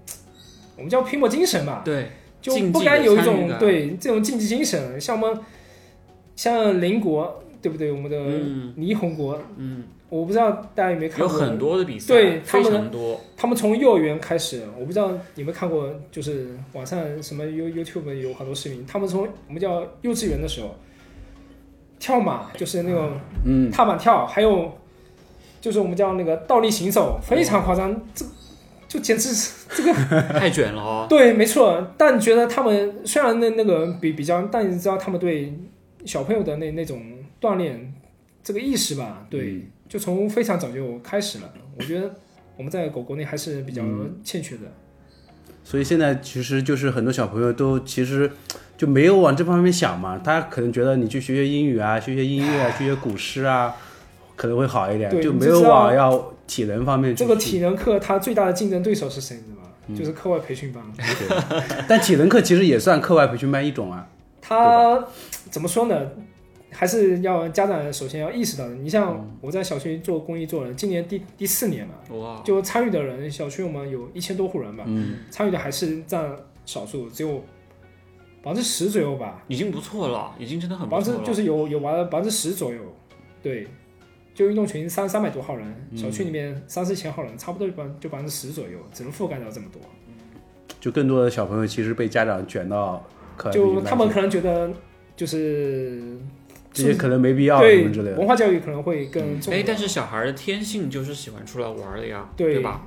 [SPEAKER 3] 我们叫拼搏精神吧，
[SPEAKER 2] 对，
[SPEAKER 3] 就
[SPEAKER 2] 竞技
[SPEAKER 3] 不该
[SPEAKER 2] 的
[SPEAKER 3] 有一
[SPEAKER 2] 参与
[SPEAKER 3] 种
[SPEAKER 2] 感
[SPEAKER 3] 对这种竞技精神，像我们像邻国对不对？我们的
[SPEAKER 2] 嗯
[SPEAKER 3] 霓虹国，
[SPEAKER 2] 嗯，
[SPEAKER 3] 我不知道大家有没有看
[SPEAKER 2] 有
[SPEAKER 3] 过，
[SPEAKER 2] 很多的比赛，
[SPEAKER 3] 对他
[SPEAKER 2] 非
[SPEAKER 3] 们的
[SPEAKER 2] 常多。
[SPEAKER 3] 他们从幼儿园开始，我不知道你们看过，就是网上什么 You YouTube 有很多视频，他们从我们叫幼稚园的时候，跳马就是那
[SPEAKER 2] 啊
[SPEAKER 3] 种
[SPEAKER 1] 嗯，
[SPEAKER 3] 踏板跳，还有就是我们叫那个倒立行走，非常夸张，这就简直是这个
[SPEAKER 2] 太卷了哦。
[SPEAKER 3] 对，没错。但觉得他们虽然那那个比比较，但你知道他们对小朋友的那那种锻炼这个意识吧，
[SPEAKER 1] 嗯
[SPEAKER 3] 对，就从非常早就开始了。我觉得我们在国国内还是比较欠缺的。
[SPEAKER 1] 所以现在其实就是很多小朋友都其实就没有往这方面想嘛，他可能觉得你去学学英语啊，学学音乐啊，学学古诗啊，可能会好一点，
[SPEAKER 3] 对
[SPEAKER 1] 就
[SPEAKER 3] 你
[SPEAKER 1] 没
[SPEAKER 3] 知
[SPEAKER 1] 有
[SPEAKER 3] 道
[SPEAKER 1] 往要体能方面去。
[SPEAKER 3] 这个体能课它最大的竞争对手是谁，你知道吗？就是课外培训班。
[SPEAKER 1] 但体能课其实也算课外培训班一种啊。
[SPEAKER 3] 他怎么说呢？还是要家长首先要意识到的。你像我在小区做公益做人，今年第第四年了。
[SPEAKER 2] 哇，
[SPEAKER 3] 就参与的人，小区我们有一千多户人吧，
[SPEAKER 1] 嗯
[SPEAKER 3] 参与的还是占少数，只有百分之十左右吧，
[SPEAKER 2] 已经不错了，已经真的很
[SPEAKER 3] 百
[SPEAKER 2] 不
[SPEAKER 3] 分
[SPEAKER 2] 错
[SPEAKER 3] 之
[SPEAKER 2] 了。
[SPEAKER 3] 就是有有玩了百分之十左右，对，就运动群三三百多号人，
[SPEAKER 1] 嗯
[SPEAKER 3] 小区里面三四千号人，差不多就百就百分之十左右，只能覆盖到这么多，
[SPEAKER 1] 就更多的小朋友其实被家长卷到课外培训
[SPEAKER 3] 就
[SPEAKER 1] 班
[SPEAKER 3] 他们
[SPEAKER 1] 去
[SPEAKER 3] 可能觉得就是
[SPEAKER 1] 这些可能没必要啊什
[SPEAKER 3] 对
[SPEAKER 1] 么之类的。嗯
[SPEAKER 3] 文化教育可能会更重要
[SPEAKER 2] 哎，，但是小孩的天性就是喜欢出来玩的呀，
[SPEAKER 3] 对
[SPEAKER 2] 吧？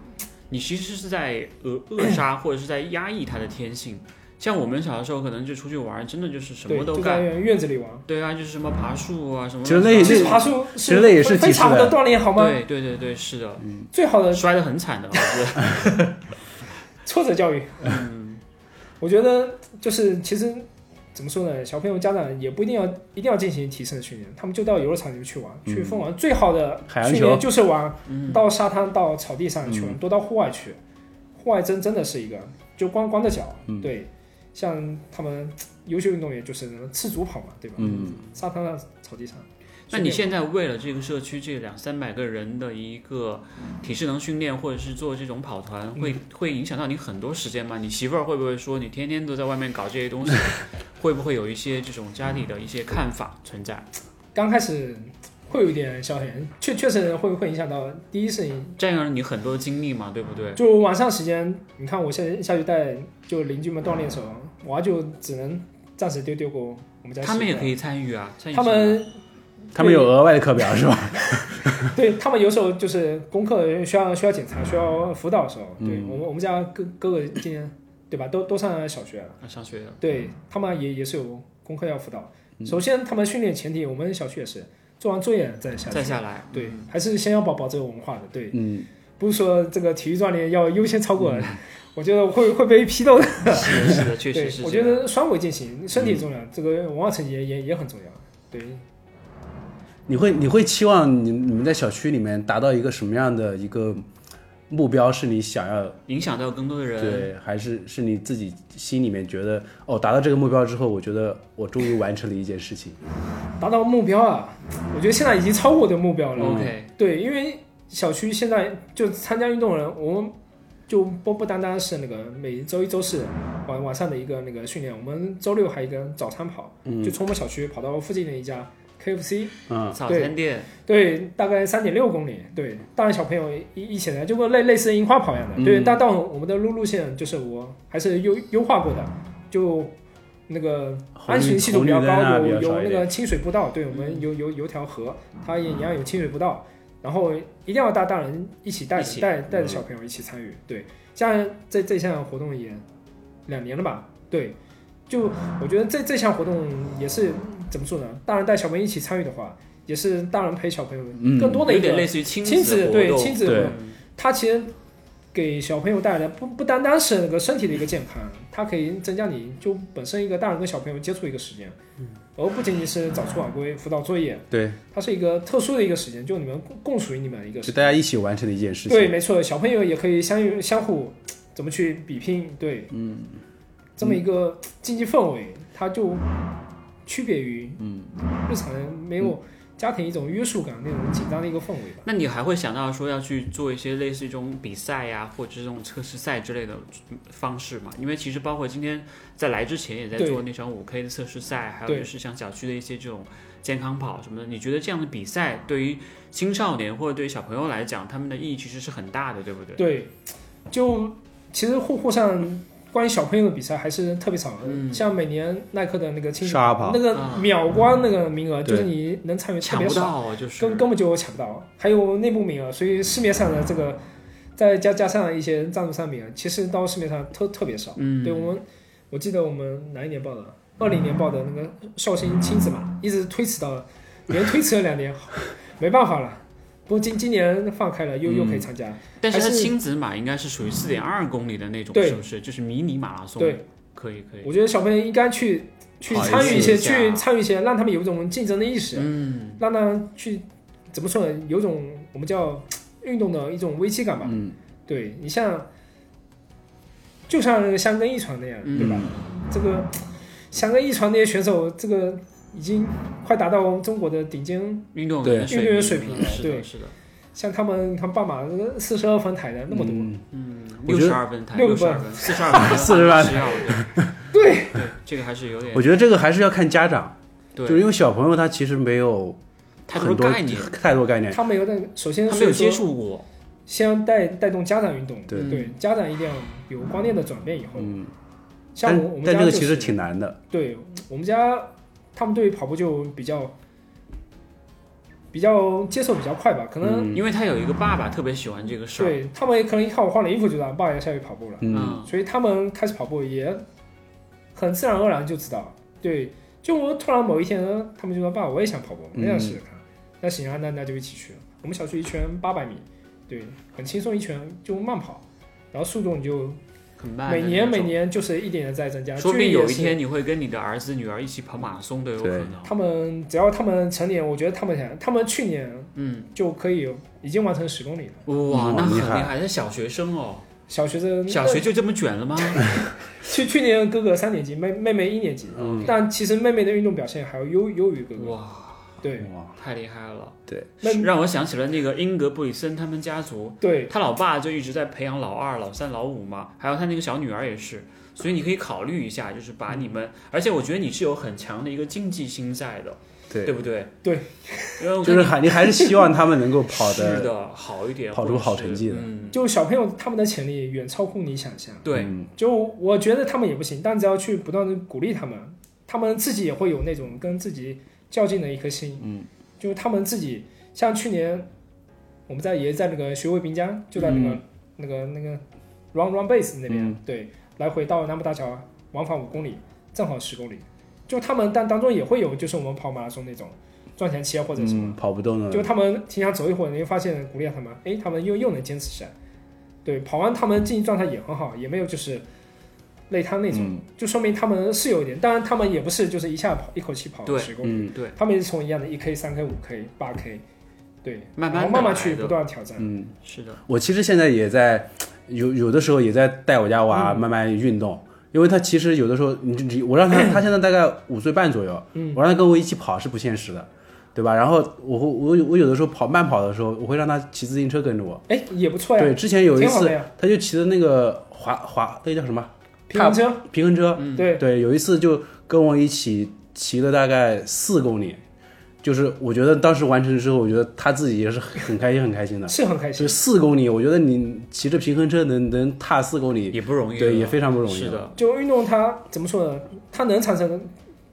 [SPEAKER 2] 你其实是在扼扼 杀或者是在压抑他的天性。像我们小的时候，可能就出去玩，真的就是什么
[SPEAKER 3] 对，
[SPEAKER 2] 都
[SPEAKER 3] 就
[SPEAKER 2] 干
[SPEAKER 3] 在。院子里玩，
[SPEAKER 2] 对啊，就是什么爬树啊，什么
[SPEAKER 1] 其实那也
[SPEAKER 2] 乱七
[SPEAKER 3] 其
[SPEAKER 1] 是
[SPEAKER 3] 实
[SPEAKER 2] 八
[SPEAKER 3] 爬
[SPEAKER 2] 糟
[SPEAKER 3] 树
[SPEAKER 1] 其实那也是
[SPEAKER 3] 非常
[SPEAKER 1] 体
[SPEAKER 3] 的
[SPEAKER 1] 式的
[SPEAKER 3] 锻炼，好吗？呃
[SPEAKER 2] 对对对对，是的，
[SPEAKER 3] 最好的
[SPEAKER 2] 摔得很惨的，我觉得。
[SPEAKER 3] 挫折教育。嗯， 我觉得就是其实怎么说呢，小朋友家长也不一定要一定要进行体适能训练，他们就到游乐场里面去玩，去疯玩。最好的
[SPEAKER 1] 海洋
[SPEAKER 3] 训
[SPEAKER 1] 球嗯
[SPEAKER 3] 练就是玩，到沙滩、到草地上去玩，多到户外去。户外真真的是一个，就光光着脚，
[SPEAKER 1] 嗯
[SPEAKER 3] 对，像他们呃优秀运动员就是赤足跑嘛，对吧？
[SPEAKER 1] 嗯，
[SPEAKER 3] 沙滩上、草地上。
[SPEAKER 2] 那你现在为了这个社区这两三百个人的一个体适能训练，或者是做这种跑团，
[SPEAKER 3] 嗯
[SPEAKER 2] 会会影响到你很多时间吗？你媳妇儿会不会说你天天都在外面搞这些 东西，会不会有一些这种家里的一些看法存在？
[SPEAKER 3] 刚开始会有一点消遣，确确实会会影响到，第一是
[SPEAKER 2] 占用了你很多精力嘛，对不对？
[SPEAKER 3] 就晚上时间，你看我现在下去带就邻居们锻炼的时候，娃就只能暂时丢丢给我们家。
[SPEAKER 2] 他们也可，以参与啊，参与
[SPEAKER 3] 他们
[SPEAKER 1] 他们有额外的课表是 吧？
[SPEAKER 3] 对他们有时候就是功课需要需要检查、需要辅导的时候，对、我们我们家哥哥哥今年对吧，都都上小学了，
[SPEAKER 2] 啊上学了，
[SPEAKER 3] 对他们也也是有功课要辅导。首先，他们训练前提，我们小区也是做完作业再下去。
[SPEAKER 2] 再下 来，
[SPEAKER 3] 对，还是先要保保这个文化的，对，
[SPEAKER 1] 嗯，
[SPEAKER 3] 不是说这个体育锻炼要优先超过，我觉得会会被批斗的。
[SPEAKER 2] 是的，是的，确
[SPEAKER 3] 对
[SPEAKER 2] 实，是
[SPEAKER 3] 我
[SPEAKER 2] 这
[SPEAKER 3] 觉
[SPEAKER 2] 样。嗯
[SPEAKER 3] 得双轨进行，身体重要，这个文化成绩也也也很重要。对，
[SPEAKER 1] 你会你会期望你你们在小区里面达到一个什么样的一个目标是你想要
[SPEAKER 2] 影响到更多的人。
[SPEAKER 1] 对，还是是你自己心里面觉得哦，达到这个目标之后，我觉得我终于完成了一件事情。
[SPEAKER 3] 达到目标啊，我觉得现在已经超过我的目标了。
[SPEAKER 2] OK，
[SPEAKER 3] 对，因为小区现在就参加运动人，我们就不不单单是那个每周一、周四晚晚上的一个那个训练，我们周六还有一个早餐跑，
[SPEAKER 2] 嗯
[SPEAKER 3] 嗯就从我们小区跑到附近的一家 KFC，
[SPEAKER 1] 嗯
[SPEAKER 2] 早餐店
[SPEAKER 3] 对，大概三点六公里，对，大人小朋友一一起来，就跟类类似樱花跑一样的，对，
[SPEAKER 1] 嗯
[SPEAKER 3] 但但我们的路路线就是我还是优优化过的，就那个
[SPEAKER 1] 红绿
[SPEAKER 3] 安全系数比较
[SPEAKER 1] 红绿灯啊
[SPEAKER 3] 高，
[SPEAKER 1] 比较
[SPEAKER 3] 有
[SPEAKER 1] 少
[SPEAKER 3] 有
[SPEAKER 1] 一
[SPEAKER 3] 那
[SPEAKER 1] 点嗯
[SPEAKER 3] 个清水步道，对我们有有有条河，它也一样有清水步道，然后一定要带大人一起带
[SPEAKER 2] 一起嗯
[SPEAKER 3] 带带着小朋友一起参与，对，像这这项活动也两年了吧，对，就我觉得这这项活动也是怎么说呢？大人带小朋友一起参与的话，也是大人陪小朋友
[SPEAKER 1] 嗯
[SPEAKER 3] 更多的一
[SPEAKER 2] 有
[SPEAKER 3] 个
[SPEAKER 2] 点类似于亲
[SPEAKER 3] 亲
[SPEAKER 2] 子
[SPEAKER 3] 子
[SPEAKER 2] 活
[SPEAKER 3] 对
[SPEAKER 2] 动
[SPEAKER 3] 亲子活
[SPEAKER 1] 对
[SPEAKER 3] 动，它其实给小朋友带来的不不单单是那个身体的一个健康，它可以增加你就本身一个大人跟小朋友接触一个时间，
[SPEAKER 2] 嗯
[SPEAKER 3] 而不仅仅是早出晚归、辅导作业，
[SPEAKER 1] 对，
[SPEAKER 3] 它是一个特殊的一个时间，就你们共共属于你们的一个时
[SPEAKER 1] 就
[SPEAKER 3] 间。
[SPEAKER 1] 大家一起完成的一件事情。
[SPEAKER 3] 对，没错，小朋友也可以相遇相互怎么去比拼，对，嗯，这么一个竞技氛围，它就区别于嗯日常没有家庭一种约束感那种紧张的一个氛围吧。
[SPEAKER 2] 那你还会想到说要去做一些类似于这种比赛呀、或者是这种测试赛之类的方式嘛？因为其实包括今天在来之前也在
[SPEAKER 3] 对
[SPEAKER 2] 做那场五 K 的测试赛，还有
[SPEAKER 3] 对
[SPEAKER 2] 就是像小区的一些这种健康跑什么的。你觉得这样的比赛对于青少年或者对于小朋友来讲，他们的意义其实是很大的，对不对？
[SPEAKER 3] 对，就其实户户上关于小朋友的比赛还是特别少的，
[SPEAKER 2] 嗯
[SPEAKER 3] 像每年耐克的那个青
[SPEAKER 1] 沙跑
[SPEAKER 3] 那个
[SPEAKER 2] 啊
[SPEAKER 3] 秒关那个名额，
[SPEAKER 1] 对
[SPEAKER 3] 就是你能参与特
[SPEAKER 2] 抢
[SPEAKER 3] 别
[SPEAKER 2] 不
[SPEAKER 3] 少。
[SPEAKER 2] 到啊，就是
[SPEAKER 3] 根根本就抢不到，还有内部名额，所以市面上的这个，再加加上一些赞助商名额，其实到市面上特特别少。
[SPEAKER 2] 嗯，
[SPEAKER 3] 对我们，我记得我们哪一年报的？二零年报的那个绍兴亲子嘛，一直推迟到了，连推迟了两年， 没办法了。不过今今年放开了，又又可以参加。
[SPEAKER 2] 但是它
[SPEAKER 3] 还是
[SPEAKER 2] 亲子马应该是属于四点二公里的那种，
[SPEAKER 3] 对
[SPEAKER 2] 是不是？就是迷你马拉松。
[SPEAKER 3] 对，
[SPEAKER 2] 可以可以。
[SPEAKER 3] 我觉得小朋友应该去去
[SPEAKER 1] 好
[SPEAKER 3] 参与一些，
[SPEAKER 2] 一起一下
[SPEAKER 3] 去参与一些，让他们有一种竞争的意识。
[SPEAKER 2] 嗯，
[SPEAKER 3] 让他去怎么说呢？有种我们叫运动的一种危机感吧。
[SPEAKER 1] 嗯，
[SPEAKER 3] 对你像，就像那个香根一传那样，
[SPEAKER 2] 嗯
[SPEAKER 3] 对吧？这个香根一传那些选手，这个已经快达到中国的顶尖，
[SPEAKER 2] 运动
[SPEAKER 1] 对
[SPEAKER 2] 员的
[SPEAKER 3] 运动员水平
[SPEAKER 2] 是的，
[SPEAKER 3] 对
[SPEAKER 2] 是的，
[SPEAKER 3] 像他们，你看半马这个四十二分台的那么多，
[SPEAKER 1] 嗯
[SPEAKER 2] 嗯，
[SPEAKER 1] 我
[SPEAKER 2] 六
[SPEAKER 1] 觉
[SPEAKER 2] 十
[SPEAKER 1] 得
[SPEAKER 2] 二分台，
[SPEAKER 3] 六
[SPEAKER 2] 六
[SPEAKER 3] 个
[SPEAKER 2] 十二
[SPEAKER 3] 分
[SPEAKER 2] 分， 四十二分，
[SPEAKER 1] 42
[SPEAKER 2] 是要的，
[SPEAKER 3] 对
[SPEAKER 2] 对，这个还是有点
[SPEAKER 1] 我，觉得这个还是要看家长，就是
[SPEAKER 2] 对，
[SPEAKER 1] 因为小朋友他其实没有
[SPEAKER 2] 他都是
[SPEAKER 1] 很多
[SPEAKER 2] 概念，
[SPEAKER 1] 太多概念，
[SPEAKER 3] 他没有那个，首先
[SPEAKER 2] 他没有
[SPEAKER 3] 是说
[SPEAKER 2] 接触过，
[SPEAKER 3] 先要带带动家长运动，
[SPEAKER 1] 对
[SPEAKER 3] 家长一定要有观念的转变以后，
[SPEAKER 1] 嗯，
[SPEAKER 3] 像
[SPEAKER 1] 但
[SPEAKER 3] 我我们
[SPEAKER 1] 但
[SPEAKER 3] 家
[SPEAKER 1] 这个
[SPEAKER 3] 就
[SPEAKER 1] 其实
[SPEAKER 3] 是
[SPEAKER 1] 挺难的，
[SPEAKER 3] 对我们家，他们对跑步就比较比较接受比较快吧，可能、
[SPEAKER 1] 嗯啊
[SPEAKER 2] 因为他有一个爸爸特别喜欢这个事儿，
[SPEAKER 3] 对他们也可能一看我换了衣服就知道爸要下去跑步了，
[SPEAKER 1] 嗯，
[SPEAKER 2] 嗯，
[SPEAKER 3] 所以他们开始跑步也很自然而然就知道。对，就我突然某一天，他们就说爸，我也想跑步，我也想试试看。
[SPEAKER 2] 嗯
[SPEAKER 3] 那行啊，那那就一起去了。我们小区一圈八百米，对，很轻松一圈就慢跑，然后速度你就
[SPEAKER 2] 很慢的那
[SPEAKER 3] 每
[SPEAKER 2] 种，
[SPEAKER 3] 年每年啊就是一点点在增加，
[SPEAKER 2] 说不
[SPEAKER 3] 距
[SPEAKER 2] 定
[SPEAKER 3] 离也
[SPEAKER 2] 有一
[SPEAKER 3] 是
[SPEAKER 2] 天你会跟你的儿子女儿一起跑马拉松都有可
[SPEAKER 1] 对
[SPEAKER 2] 能，
[SPEAKER 3] 他们只要他们成年，我觉得他们想，他们去年
[SPEAKER 2] 嗯，
[SPEAKER 3] 就可以有已经完成十公里了。
[SPEAKER 2] 哇，那
[SPEAKER 1] 嗯
[SPEAKER 2] 很
[SPEAKER 1] 厉
[SPEAKER 2] 厉
[SPEAKER 1] 害
[SPEAKER 2] 害，那小学生哦，
[SPEAKER 3] 小学生，
[SPEAKER 2] 小学就这么卷了吗？
[SPEAKER 3] 去去年哥哥三年级，妹妹妹一年级，
[SPEAKER 1] 嗯
[SPEAKER 3] 但其实妹妹的运动表现还要优优于哥哥。
[SPEAKER 2] 哇，
[SPEAKER 3] 对
[SPEAKER 1] 哇，
[SPEAKER 2] 太厉害了，
[SPEAKER 1] 对，
[SPEAKER 3] 那
[SPEAKER 2] 让我想起了那个英格布里森他们家族，
[SPEAKER 3] 对
[SPEAKER 2] 他老爸就一直在培养老二、老三、老五嘛，还有他那个小女儿也是，所以你可以考虑一下，就是把你们，而且我觉得你是有很强的一个竞技心在的，对
[SPEAKER 1] 对，
[SPEAKER 2] 不对？
[SPEAKER 3] 对，
[SPEAKER 2] 因为我
[SPEAKER 1] 就是还你还是希望他们能够 跑
[SPEAKER 2] 是
[SPEAKER 1] 的，
[SPEAKER 2] 的好一点，
[SPEAKER 1] 跑出好成绩的
[SPEAKER 2] 或者是嗯，
[SPEAKER 3] 就小朋友他们的潜力远超乎你想象。
[SPEAKER 2] 对，
[SPEAKER 1] 嗯
[SPEAKER 3] 就我觉得他们也不行，但只要去不断的鼓励他们，他们自己也会有那种跟自己较劲的一颗心。
[SPEAKER 1] 嗯，
[SPEAKER 3] 就他们自己，像去年我们在也在那个学卫滨江，就在那个、那个那个 Run Run Base 那边，
[SPEAKER 1] 嗯
[SPEAKER 3] 对，来回到南浦大桥往返五公里，正好十公里。就他们当当中也会有，就是我们跑马拉松那种赚钱切或者什么，
[SPEAKER 1] 嗯，跑不动了，
[SPEAKER 3] 就他们经常走一会儿，你会发现鼓励他们，哎，他们又又能坚持下来。对，跑完他们竞技状态也很好，也没有就是累瘫那种，
[SPEAKER 1] 嗯
[SPEAKER 3] 就说明他们是有一点。当然，他们也不是就是一下跑一口气跑
[SPEAKER 2] 对
[SPEAKER 3] 十公里，
[SPEAKER 1] 嗯
[SPEAKER 2] 对，
[SPEAKER 3] 他们也是从一样的一 k、三 k、五 k、八 k，对，
[SPEAKER 2] 慢慢
[SPEAKER 3] 然后慢慢
[SPEAKER 2] 打
[SPEAKER 3] 去
[SPEAKER 2] 来的
[SPEAKER 3] 不断挑战。
[SPEAKER 1] 嗯，
[SPEAKER 2] 是的，
[SPEAKER 1] 我其实现在也在有有的时候也在带我家
[SPEAKER 3] 嗯
[SPEAKER 1] 娃慢慢运动，因为他其实有的时候你你我让他 他现在大概五岁半左右，
[SPEAKER 3] 嗯
[SPEAKER 1] 我让他跟我一起跑是不现实的，对吧？然后我会我有我有的时候跑慢跑的时候，我会让他骑自行车跟着我。
[SPEAKER 3] 哎，也不错呀，
[SPEAKER 1] 对，之前有一
[SPEAKER 3] 挺好
[SPEAKER 1] 次
[SPEAKER 3] 的呀，
[SPEAKER 1] 他就骑的那个滑滑那个叫什么
[SPEAKER 3] 平衡车，
[SPEAKER 1] 平衡车，
[SPEAKER 3] 对，
[SPEAKER 1] 对，有一次就跟我一起骑了大概四公里，就是我觉得当时完成之后，我觉得他自己也是很开心很开心的。
[SPEAKER 3] 是很开心
[SPEAKER 1] 就。四公里，我觉得你骑着平衡车能能踏四公里，
[SPEAKER 2] 也不容易了，
[SPEAKER 1] 对，也非常不容易。
[SPEAKER 2] 是，的，
[SPEAKER 3] 就运动它怎么说呢？它能产生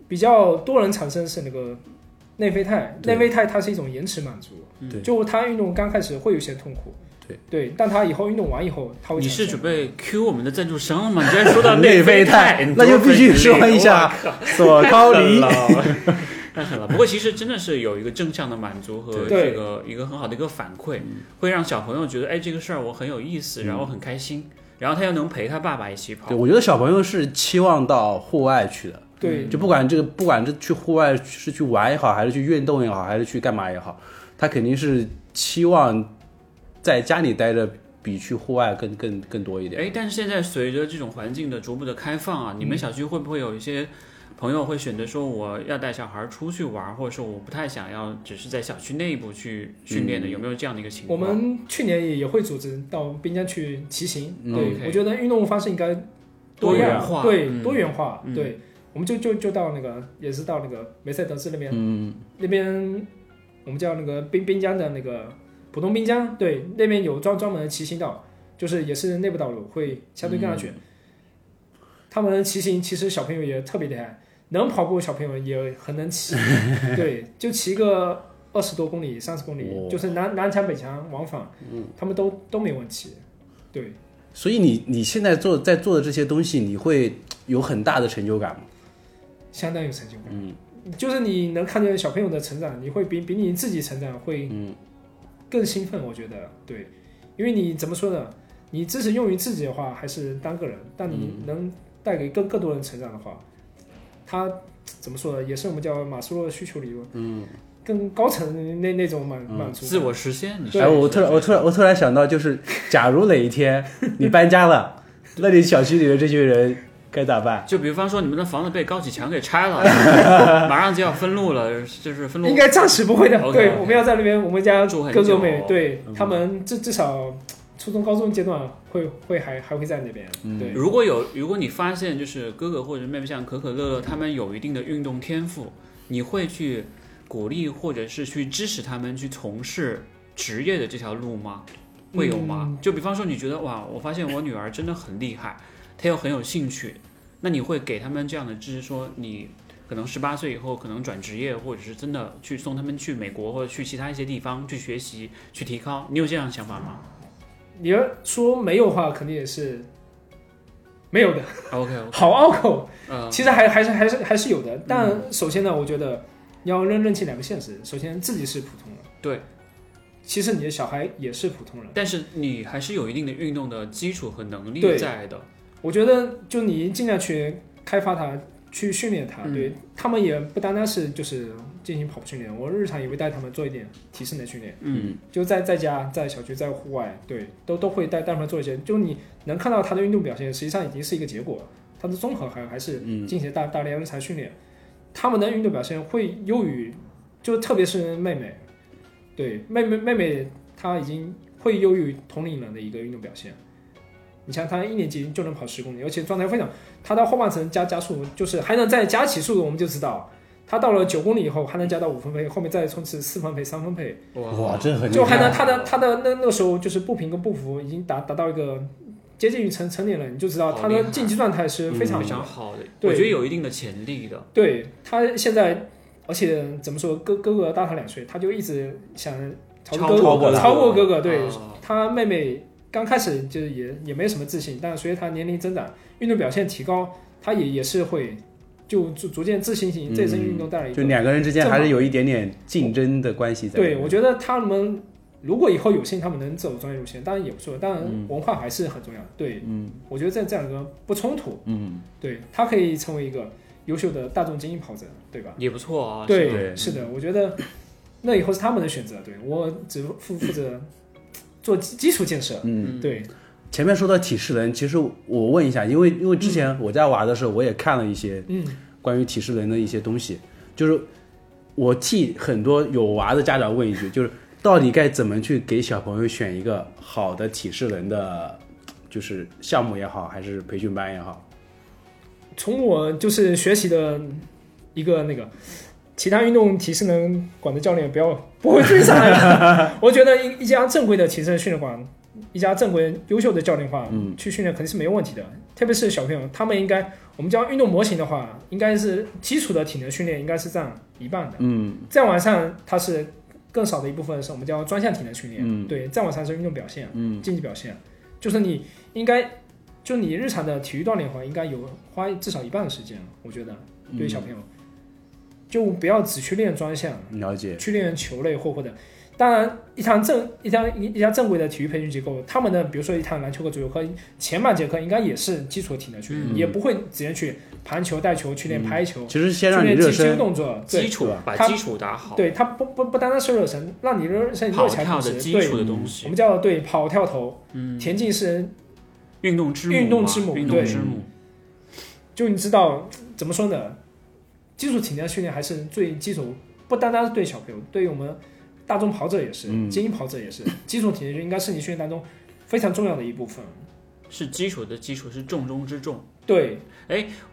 [SPEAKER 3] 比较多人产生是那个内啡肽，
[SPEAKER 1] 对
[SPEAKER 3] 内啡肽它是一种延迟满足，
[SPEAKER 2] 嗯
[SPEAKER 1] 对
[SPEAKER 3] 就它运动刚开始会有些痛苦，
[SPEAKER 1] 对
[SPEAKER 3] 但它以后运动完以后，它会
[SPEAKER 2] 你
[SPEAKER 3] 产生
[SPEAKER 2] 是准备 Q 我们的赞助商吗？你刚才说到
[SPEAKER 1] 内啡
[SPEAKER 2] 啡
[SPEAKER 1] 肽
[SPEAKER 2] 肽，
[SPEAKER 1] 那就必须说一 下索
[SPEAKER 2] 高
[SPEAKER 1] 康 尼。
[SPEAKER 2] 太狠了。不过其实真的是有一个正向的满足和
[SPEAKER 3] 对嗯
[SPEAKER 2] 这个一个很好的一个反馈，会让小朋友觉得哎这个事儿我很有意思，然后很开心，然后他又能陪他爸爸一起跑
[SPEAKER 1] 对，。我觉得小朋友是期望到户外去的，
[SPEAKER 3] 对
[SPEAKER 2] 嗯
[SPEAKER 1] 就不管这个，不管是去户外是去玩也好，还是去运动也好，还是去干嘛也好，他肯定是期望在家里待着比去户外更更更多一点。
[SPEAKER 2] 哎，但是现在随着这种环境的逐步的开放
[SPEAKER 3] 嗯
[SPEAKER 2] 啊，你们小区会不会有一些朋友会选择说我要带小孩出去玩，或者说我不太想要只是在小区内部去训练的？有没有这样的一个情
[SPEAKER 3] 嗯我
[SPEAKER 2] 况？
[SPEAKER 3] 们去年也也会组织到滨江去骑行，
[SPEAKER 1] 嗯
[SPEAKER 3] 对
[SPEAKER 2] OK
[SPEAKER 3] 我觉得运动方式应该
[SPEAKER 2] 多
[SPEAKER 3] 样
[SPEAKER 2] 元化
[SPEAKER 3] 对、
[SPEAKER 2] 嗯
[SPEAKER 3] 多元化，
[SPEAKER 2] 嗯
[SPEAKER 3] 对，我们就就就到那个也是到那个梅赛德斯那边，
[SPEAKER 1] 嗯，
[SPEAKER 3] 那边我们叫那个滨滨江的那个浦东滨江，对，那边有专专门的骑行道，就是也是内部道路，会相对更安
[SPEAKER 2] 嗯
[SPEAKER 3] 全。他们骑行其实小朋友也特别厉害，能跑步的小朋友也很能 骑，对，就骑个二十多公里、三十公里，
[SPEAKER 1] 哦
[SPEAKER 3] 就是南南墙北墙往返，
[SPEAKER 2] 嗯
[SPEAKER 3] 他们都都没问题。对，
[SPEAKER 1] 所以你你现在做在做的这些东西，你会有很大的成就感吗？
[SPEAKER 3] 相当有成就感。嗯，就是你能看见小朋友的成长，你会比比你自己成长会
[SPEAKER 2] 嗯
[SPEAKER 3] 更兴奋。我觉得对，因为你怎么说呢？你只是用于自己的话，还是单个人，但你
[SPEAKER 2] 嗯
[SPEAKER 3] 能带给更更多人成长的话，它怎么说呢？也是我们叫马斯洛的需求理论。嗯，更高层的那那种满满足感。
[SPEAKER 2] 自我实现，你是
[SPEAKER 1] 哎，我突然，我突然，我突然想到，就是假如哪一天你搬家了，那你小区里的这群人该咋办？
[SPEAKER 2] 就比方说你们的房子被高启强给拆了，马上就要分路了，就是分路。
[SPEAKER 3] 应该暂时不会的。
[SPEAKER 2] OK，
[SPEAKER 3] 对
[SPEAKER 2] OK
[SPEAKER 3] 我们要在那边，我们家
[SPEAKER 2] 住很
[SPEAKER 3] 哥
[SPEAKER 2] 久嗯
[SPEAKER 3] 哥妹，对、他们至至少初中、高中阶段会会还还会在那边。对，
[SPEAKER 2] 如果有，如果你发现就是哥哥或者妹妹像可可乐乐他们有一定的运动天赋，你会去鼓励或者是去支持他们去从事职业的这条路吗？会有吗？就比方说，你觉得哇，我发现我女儿真的很厉害，她又很有兴趣，那你会给他们这样的支持，说你可能十八岁以后可能转职业，或者是真的去送他们去美国或者去其他一些地方去学习去提高，你有这样的想法吗
[SPEAKER 3] 你要说没有的话，肯定也是没有的，
[SPEAKER 2] ？OK，嗯、
[SPEAKER 3] 好拗口。
[SPEAKER 2] 呃
[SPEAKER 3] 其实还还是还是还是有
[SPEAKER 2] 嗯
[SPEAKER 3] 的，但首先呢，我觉得你要认认清两个现实，首先自己是普通人，
[SPEAKER 2] 对。
[SPEAKER 3] 其实你的小孩也是普通人。
[SPEAKER 2] 但是你还是有一定的运动的基础和能力
[SPEAKER 3] 对
[SPEAKER 2] 在的，
[SPEAKER 3] 我觉得就你尽量去开发它，去训练它。
[SPEAKER 2] 嗯
[SPEAKER 3] 对他们也不单单是就是进行跑步训练，我日常也会带他们做一点提升的训练，
[SPEAKER 2] 嗯，
[SPEAKER 3] 就在在家、在小区、在户外，对，都都会带带他们做一些。就你能看到他的运动表现，实际上已经是一个结果了，他的综合还还是
[SPEAKER 1] 嗯
[SPEAKER 3] 进行大大量日常训练，他们的运动表现会优于，就特别是妹妹，对妹妹妹妹她已经会优于同龄人的一个运动表现。你像她一年级就能跑十公里，而且状态非常，她到后半程加加速就是还能再加起速，我们就知道。她到了九公里以后还能加到五分配，后面再冲刺四分配、三分配，
[SPEAKER 2] 嗯
[SPEAKER 1] 哇，这很
[SPEAKER 3] 就还
[SPEAKER 1] 厉害
[SPEAKER 3] 能她的她的那那个时候就是步频跟步幅已经达达到一个接近于成成年人，你就知道她
[SPEAKER 2] 好厉
[SPEAKER 3] 的
[SPEAKER 2] 害嗯
[SPEAKER 3] 竞技状态
[SPEAKER 1] 嗯
[SPEAKER 3] 是非常
[SPEAKER 2] 非
[SPEAKER 3] 好的
[SPEAKER 2] 常好的，
[SPEAKER 3] 对
[SPEAKER 2] 我觉得有一定的潜力的，
[SPEAKER 3] 对他现在，而且怎么说，哥哥哥大他两岁，他就一直想超
[SPEAKER 2] 超
[SPEAKER 3] 哥
[SPEAKER 1] 超过
[SPEAKER 3] 哥，
[SPEAKER 1] 他
[SPEAKER 3] 超过哥哥。对、
[SPEAKER 2] 啊
[SPEAKER 3] 他妹妹刚开始就是也也没什么自信，但随着他年龄增长，运动表现提高，他也也是会就逐逐渐自信心，这也是
[SPEAKER 2] 嗯
[SPEAKER 3] 运动带来一
[SPEAKER 1] 就
[SPEAKER 3] 个。
[SPEAKER 1] 两个人之间还是有一点点竞争的关系在。
[SPEAKER 3] 对，我觉得他们如果以后有幸他们能走专业路线，当然也不错，当然文化还是很重要。对，
[SPEAKER 1] 嗯
[SPEAKER 3] 我觉得这这两个不冲突，
[SPEAKER 1] 嗯，
[SPEAKER 3] 对他可以成为一个优秀的大众精英跑者，对吧？
[SPEAKER 2] 也不错啊。
[SPEAKER 3] 对，
[SPEAKER 1] 对
[SPEAKER 3] 是的，我觉得那以后是他们的选择，对我只负负责做基基础建设。
[SPEAKER 1] 嗯，
[SPEAKER 2] 嗯
[SPEAKER 3] 对，
[SPEAKER 1] 前面说到体适能，其实我问一下，因为因为之前我家娃的时候，我也看了一些
[SPEAKER 3] 嗯
[SPEAKER 1] 关于体适能的一些东西，就是我替很多有娃的家长问一句，就是到底该怎么去给小朋友选一个好的体适能的，就是项目也好，还是培训班也好，
[SPEAKER 3] 从我就是学习的一个那个其他运动体适能馆的教练，不要不会追上 来了。我觉得一一家正规的体适能训练馆，一家正规优秀的教练的话，
[SPEAKER 1] 嗯
[SPEAKER 3] 去训练肯定是没有问题的。特别是小朋友，他们应该我们教运动模型的话，应该是基础的体能训练应该是占一半的，
[SPEAKER 1] 嗯
[SPEAKER 3] 再往上它是更少的一部分是我们叫专项体能训练，
[SPEAKER 1] 嗯
[SPEAKER 3] 对，再往上是运动表现。
[SPEAKER 1] 嗯
[SPEAKER 3] 竞技表现，就是你应该，就你日常的体育锻炼的话，应该有花至少一半的时间，我觉得对于
[SPEAKER 2] 嗯
[SPEAKER 3] 小朋友，就不要只去练专项，
[SPEAKER 1] 了解，
[SPEAKER 3] 去练球类或或者，当然一堂正一堂一一家正规的体育培训机构，他们的比如说一堂篮球和足球课，前半节课应该也是基础的体能训练，
[SPEAKER 1] 嗯
[SPEAKER 3] 也不会直接去盘球、带球去
[SPEAKER 2] 嗯
[SPEAKER 3] 练拍球，
[SPEAKER 1] 其实先
[SPEAKER 3] 去
[SPEAKER 1] 让你
[SPEAKER 3] 练
[SPEAKER 1] 热
[SPEAKER 3] 肌肌肉
[SPEAKER 1] 身，
[SPEAKER 3] 动作，对
[SPEAKER 2] 基础把
[SPEAKER 3] 他
[SPEAKER 2] 基础打好，
[SPEAKER 3] 对，它不不不单单是热身，让你热身热
[SPEAKER 2] 跑
[SPEAKER 3] 起来
[SPEAKER 2] 跳
[SPEAKER 3] 同
[SPEAKER 2] 的
[SPEAKER 3] 时，
[SPEAKER 2] 基
[SPEAKER 3] 对嗯
[SPEAKER 2] 础的东
[SPEAKER 3] 我
[SPEAKER 2] 西，
[SPEAKER 3] 们叫对跑跳投，
[SPEAKER 2] 嗯，
[SPEAKER 3] 田径是
[SPEAKER 2] 运动之母嘛，啊
[SPEAKER 3] 运动之母
[SPEAKER 2] 运
[SPEAKER 3] 对
[SPEAKER 2] 动之母，
[SPEAKER 3] 就你知道怎么说呢？基础体能训练还是最基础，不单单是对小朋友，对于我们大众跑者也是，
[SPEAKER 1] 嗯
[SPEAKER 3] 精英跑者也是，基础体能训练应该是你训练当中非常重要的一部分。
[SPEAKER 2] 是基础的基础，是重中之重。
[SPEAKER 3] 对，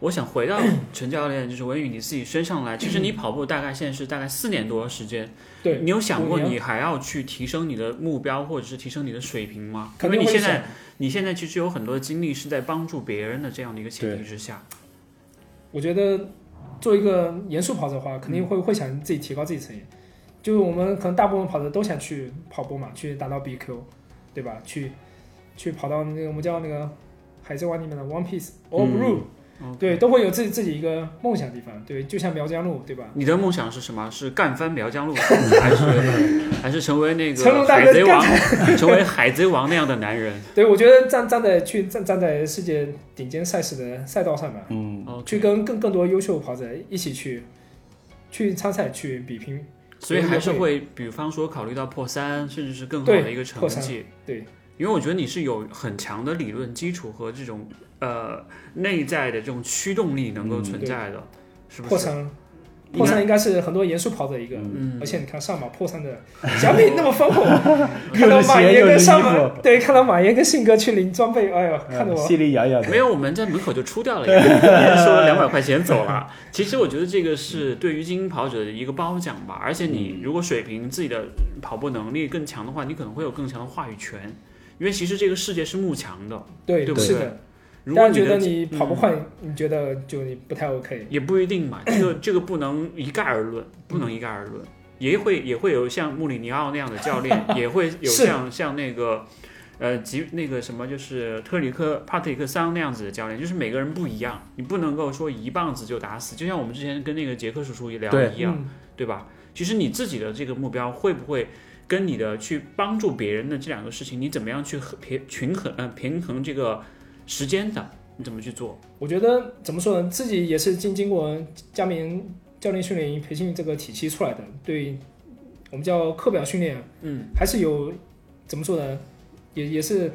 [SPEAKER 2] 我想回到陈教练，就是文宇你自己身上来。其实你跑步大概现在是大概四年多时间，
[SPEAKER 3] 对
[SPEAKER 2] 你有想过
[SPEAKER 3] 五年
[SPEAKER 2] 你还要去提升你的目标，或者是提升你的水平吗？因
[SPEAKER 3] 肯
[SPEAKER 2] 为
[SPEAKER 3] 定
[SPEAKER 2] 你
[SPEAKER 3] 会
[SPEAKER 2] 现
[SPEAKER 3] 想
[SPEAKER 2] 在你现在其实有很多的精力是在帮助别人的这样的一个前提
[SPEAKER 1] 对
[SPEAKER 2] 之下，
[SPEAKER 3] 我觉得做一个严肃跑者的话，肯定会、会想自己提高自己成绩。就是我们可能大部分跑者都想去跑步嘛，去达到 BQ，对吧？去去跑到那个我们叫那个《海贼王》里面的 One Piece、All 哦
[SPEAKER 1] 嗯
[SPEAKER 3] Blue，、
[SPEAKER 2] OK
[SPEAKER 3] 对，都会有自己自己一个梦想的地方。对，就像苗疆路，对吧？
[SPEAKER 2] 你的梦想是什么？是干翻苗疆路， 还是还是成为那
[SPEAKER 3] 成龙
[SPEAKER 2] 个
[SPEAKER 3] 大哥
[SPEAKER 2] 海贼
[SPEAKER 3] 干
[SPEAKER 2] 王，成为海贼王那样的男人？
[SPEAKER 3] 对，我觉得站站在去站站在世界顶尖赛事的赛道上吧，
[SPEAKER 1] 嗯，
[SPEAKER 2] 哦，
[SPEAKER 3] 去跟更更多优秀跑者一起去去参赛去比拼。
[SPEAKER 2] 所以还是会，比方说考虑到破三，甚至是更好
[SPEAKER 3] 对
[SPEAKER 2] 的一个成
[SPEAKER 3] 破三
[SPEAKER 2] 绩。
[SPEAKER 3] 对，
[SPEAKER 2] 因为我觉得你是有很强的理论基础和这种呃内在的这种驱动力能够存在的，是不
[SPEAKER 3] 嗯破
[SPEAKER 2] 是？
[SPEAKER 3] 三，
[SPEAKER 2] 应该
[SPEAKER 3] 破三应该是很多严肃跑者一个。
[SPEAKER 2] 嗯
[SPEAKER 3] 而，且你看上马破三的奖品那么 丰厚， 看
[SPEAKER 1] 又
[SPEAKER 3] 到
[SPEAKER 1] 是
[SPEAKER 3] 马
[SPEAKER 1] 鞋
[SPEAKER 3] 爷
[SPEAKER 1] 又
[SPEAKER 3] 跟
[SPEAKER 1] 是衣
[SPEAKER 3] 上马，
[SPEAKER 1] 服，
[SPEAKER 3] 对，看到马爷跟信哥去领装备，哎
[SPEAKER 2] 嗯
[SPEAKER 3] 呦， 看得我
[SPEAKER 1] 嗯心里痒痒的，
[SPEAKER 2] 没有，我们在门口就出掉了呀，收了两百块钱走了。其实我觉得这个是对于精英跑者的一个褒奖吧，而且你如果水平自己的跑步能力更强的话，你可能会有更强的话语权，因为其实这个世界是慕强的。
[SPEAKER 3] 对
[SPEAKER 2] 对，不
[SPEAKER 3] 是
[SPEAKER 2] 对
[SPEAKER 3] 的。
[SPEAKER 2] 如
[SPEAKER 3] 大
[SPEAKER 2] 果
[SPEAKER 3] 家觉
[SPEAKER 2] 的嗯
[SPEAKER 3] 得你跑不快，你觉得就你不太 OK。
[SPEAKER 2] 也不一定嘛， 这个这个不能一概而论，不能一概而论，也会也会有像穆里尼奥那样的教 练，也会有
[SPEAKER 3] 是
[SPEAKER 2] 像像那个。呃，吉那个什么，就是特里克帕特里克桑那样子的教练，就是每个人不一样，你不能够说一棒子就打死，就像我们之前跟那个杰克叔叔聊
[SPEAKER 1] 对
[SPEAKER 2] 的一样，
[SPEAKER 3] 嗯
[SPEAKER 2] 对吧？其实你自己的这个目标会不会跟你的去帮助别人的这两个事情，你怎么样去和平平衡呃平衡这个时间的？你怎么去做？
[SPEAKER 3] 我觉得怎么说呢，自己也是经经过佳明教练训练营培训这个体系出来的，对我们叫课表训练
[SPEAKER 2] 嗯，
[SPEAKER 3] 还是有怎么说呢，也也是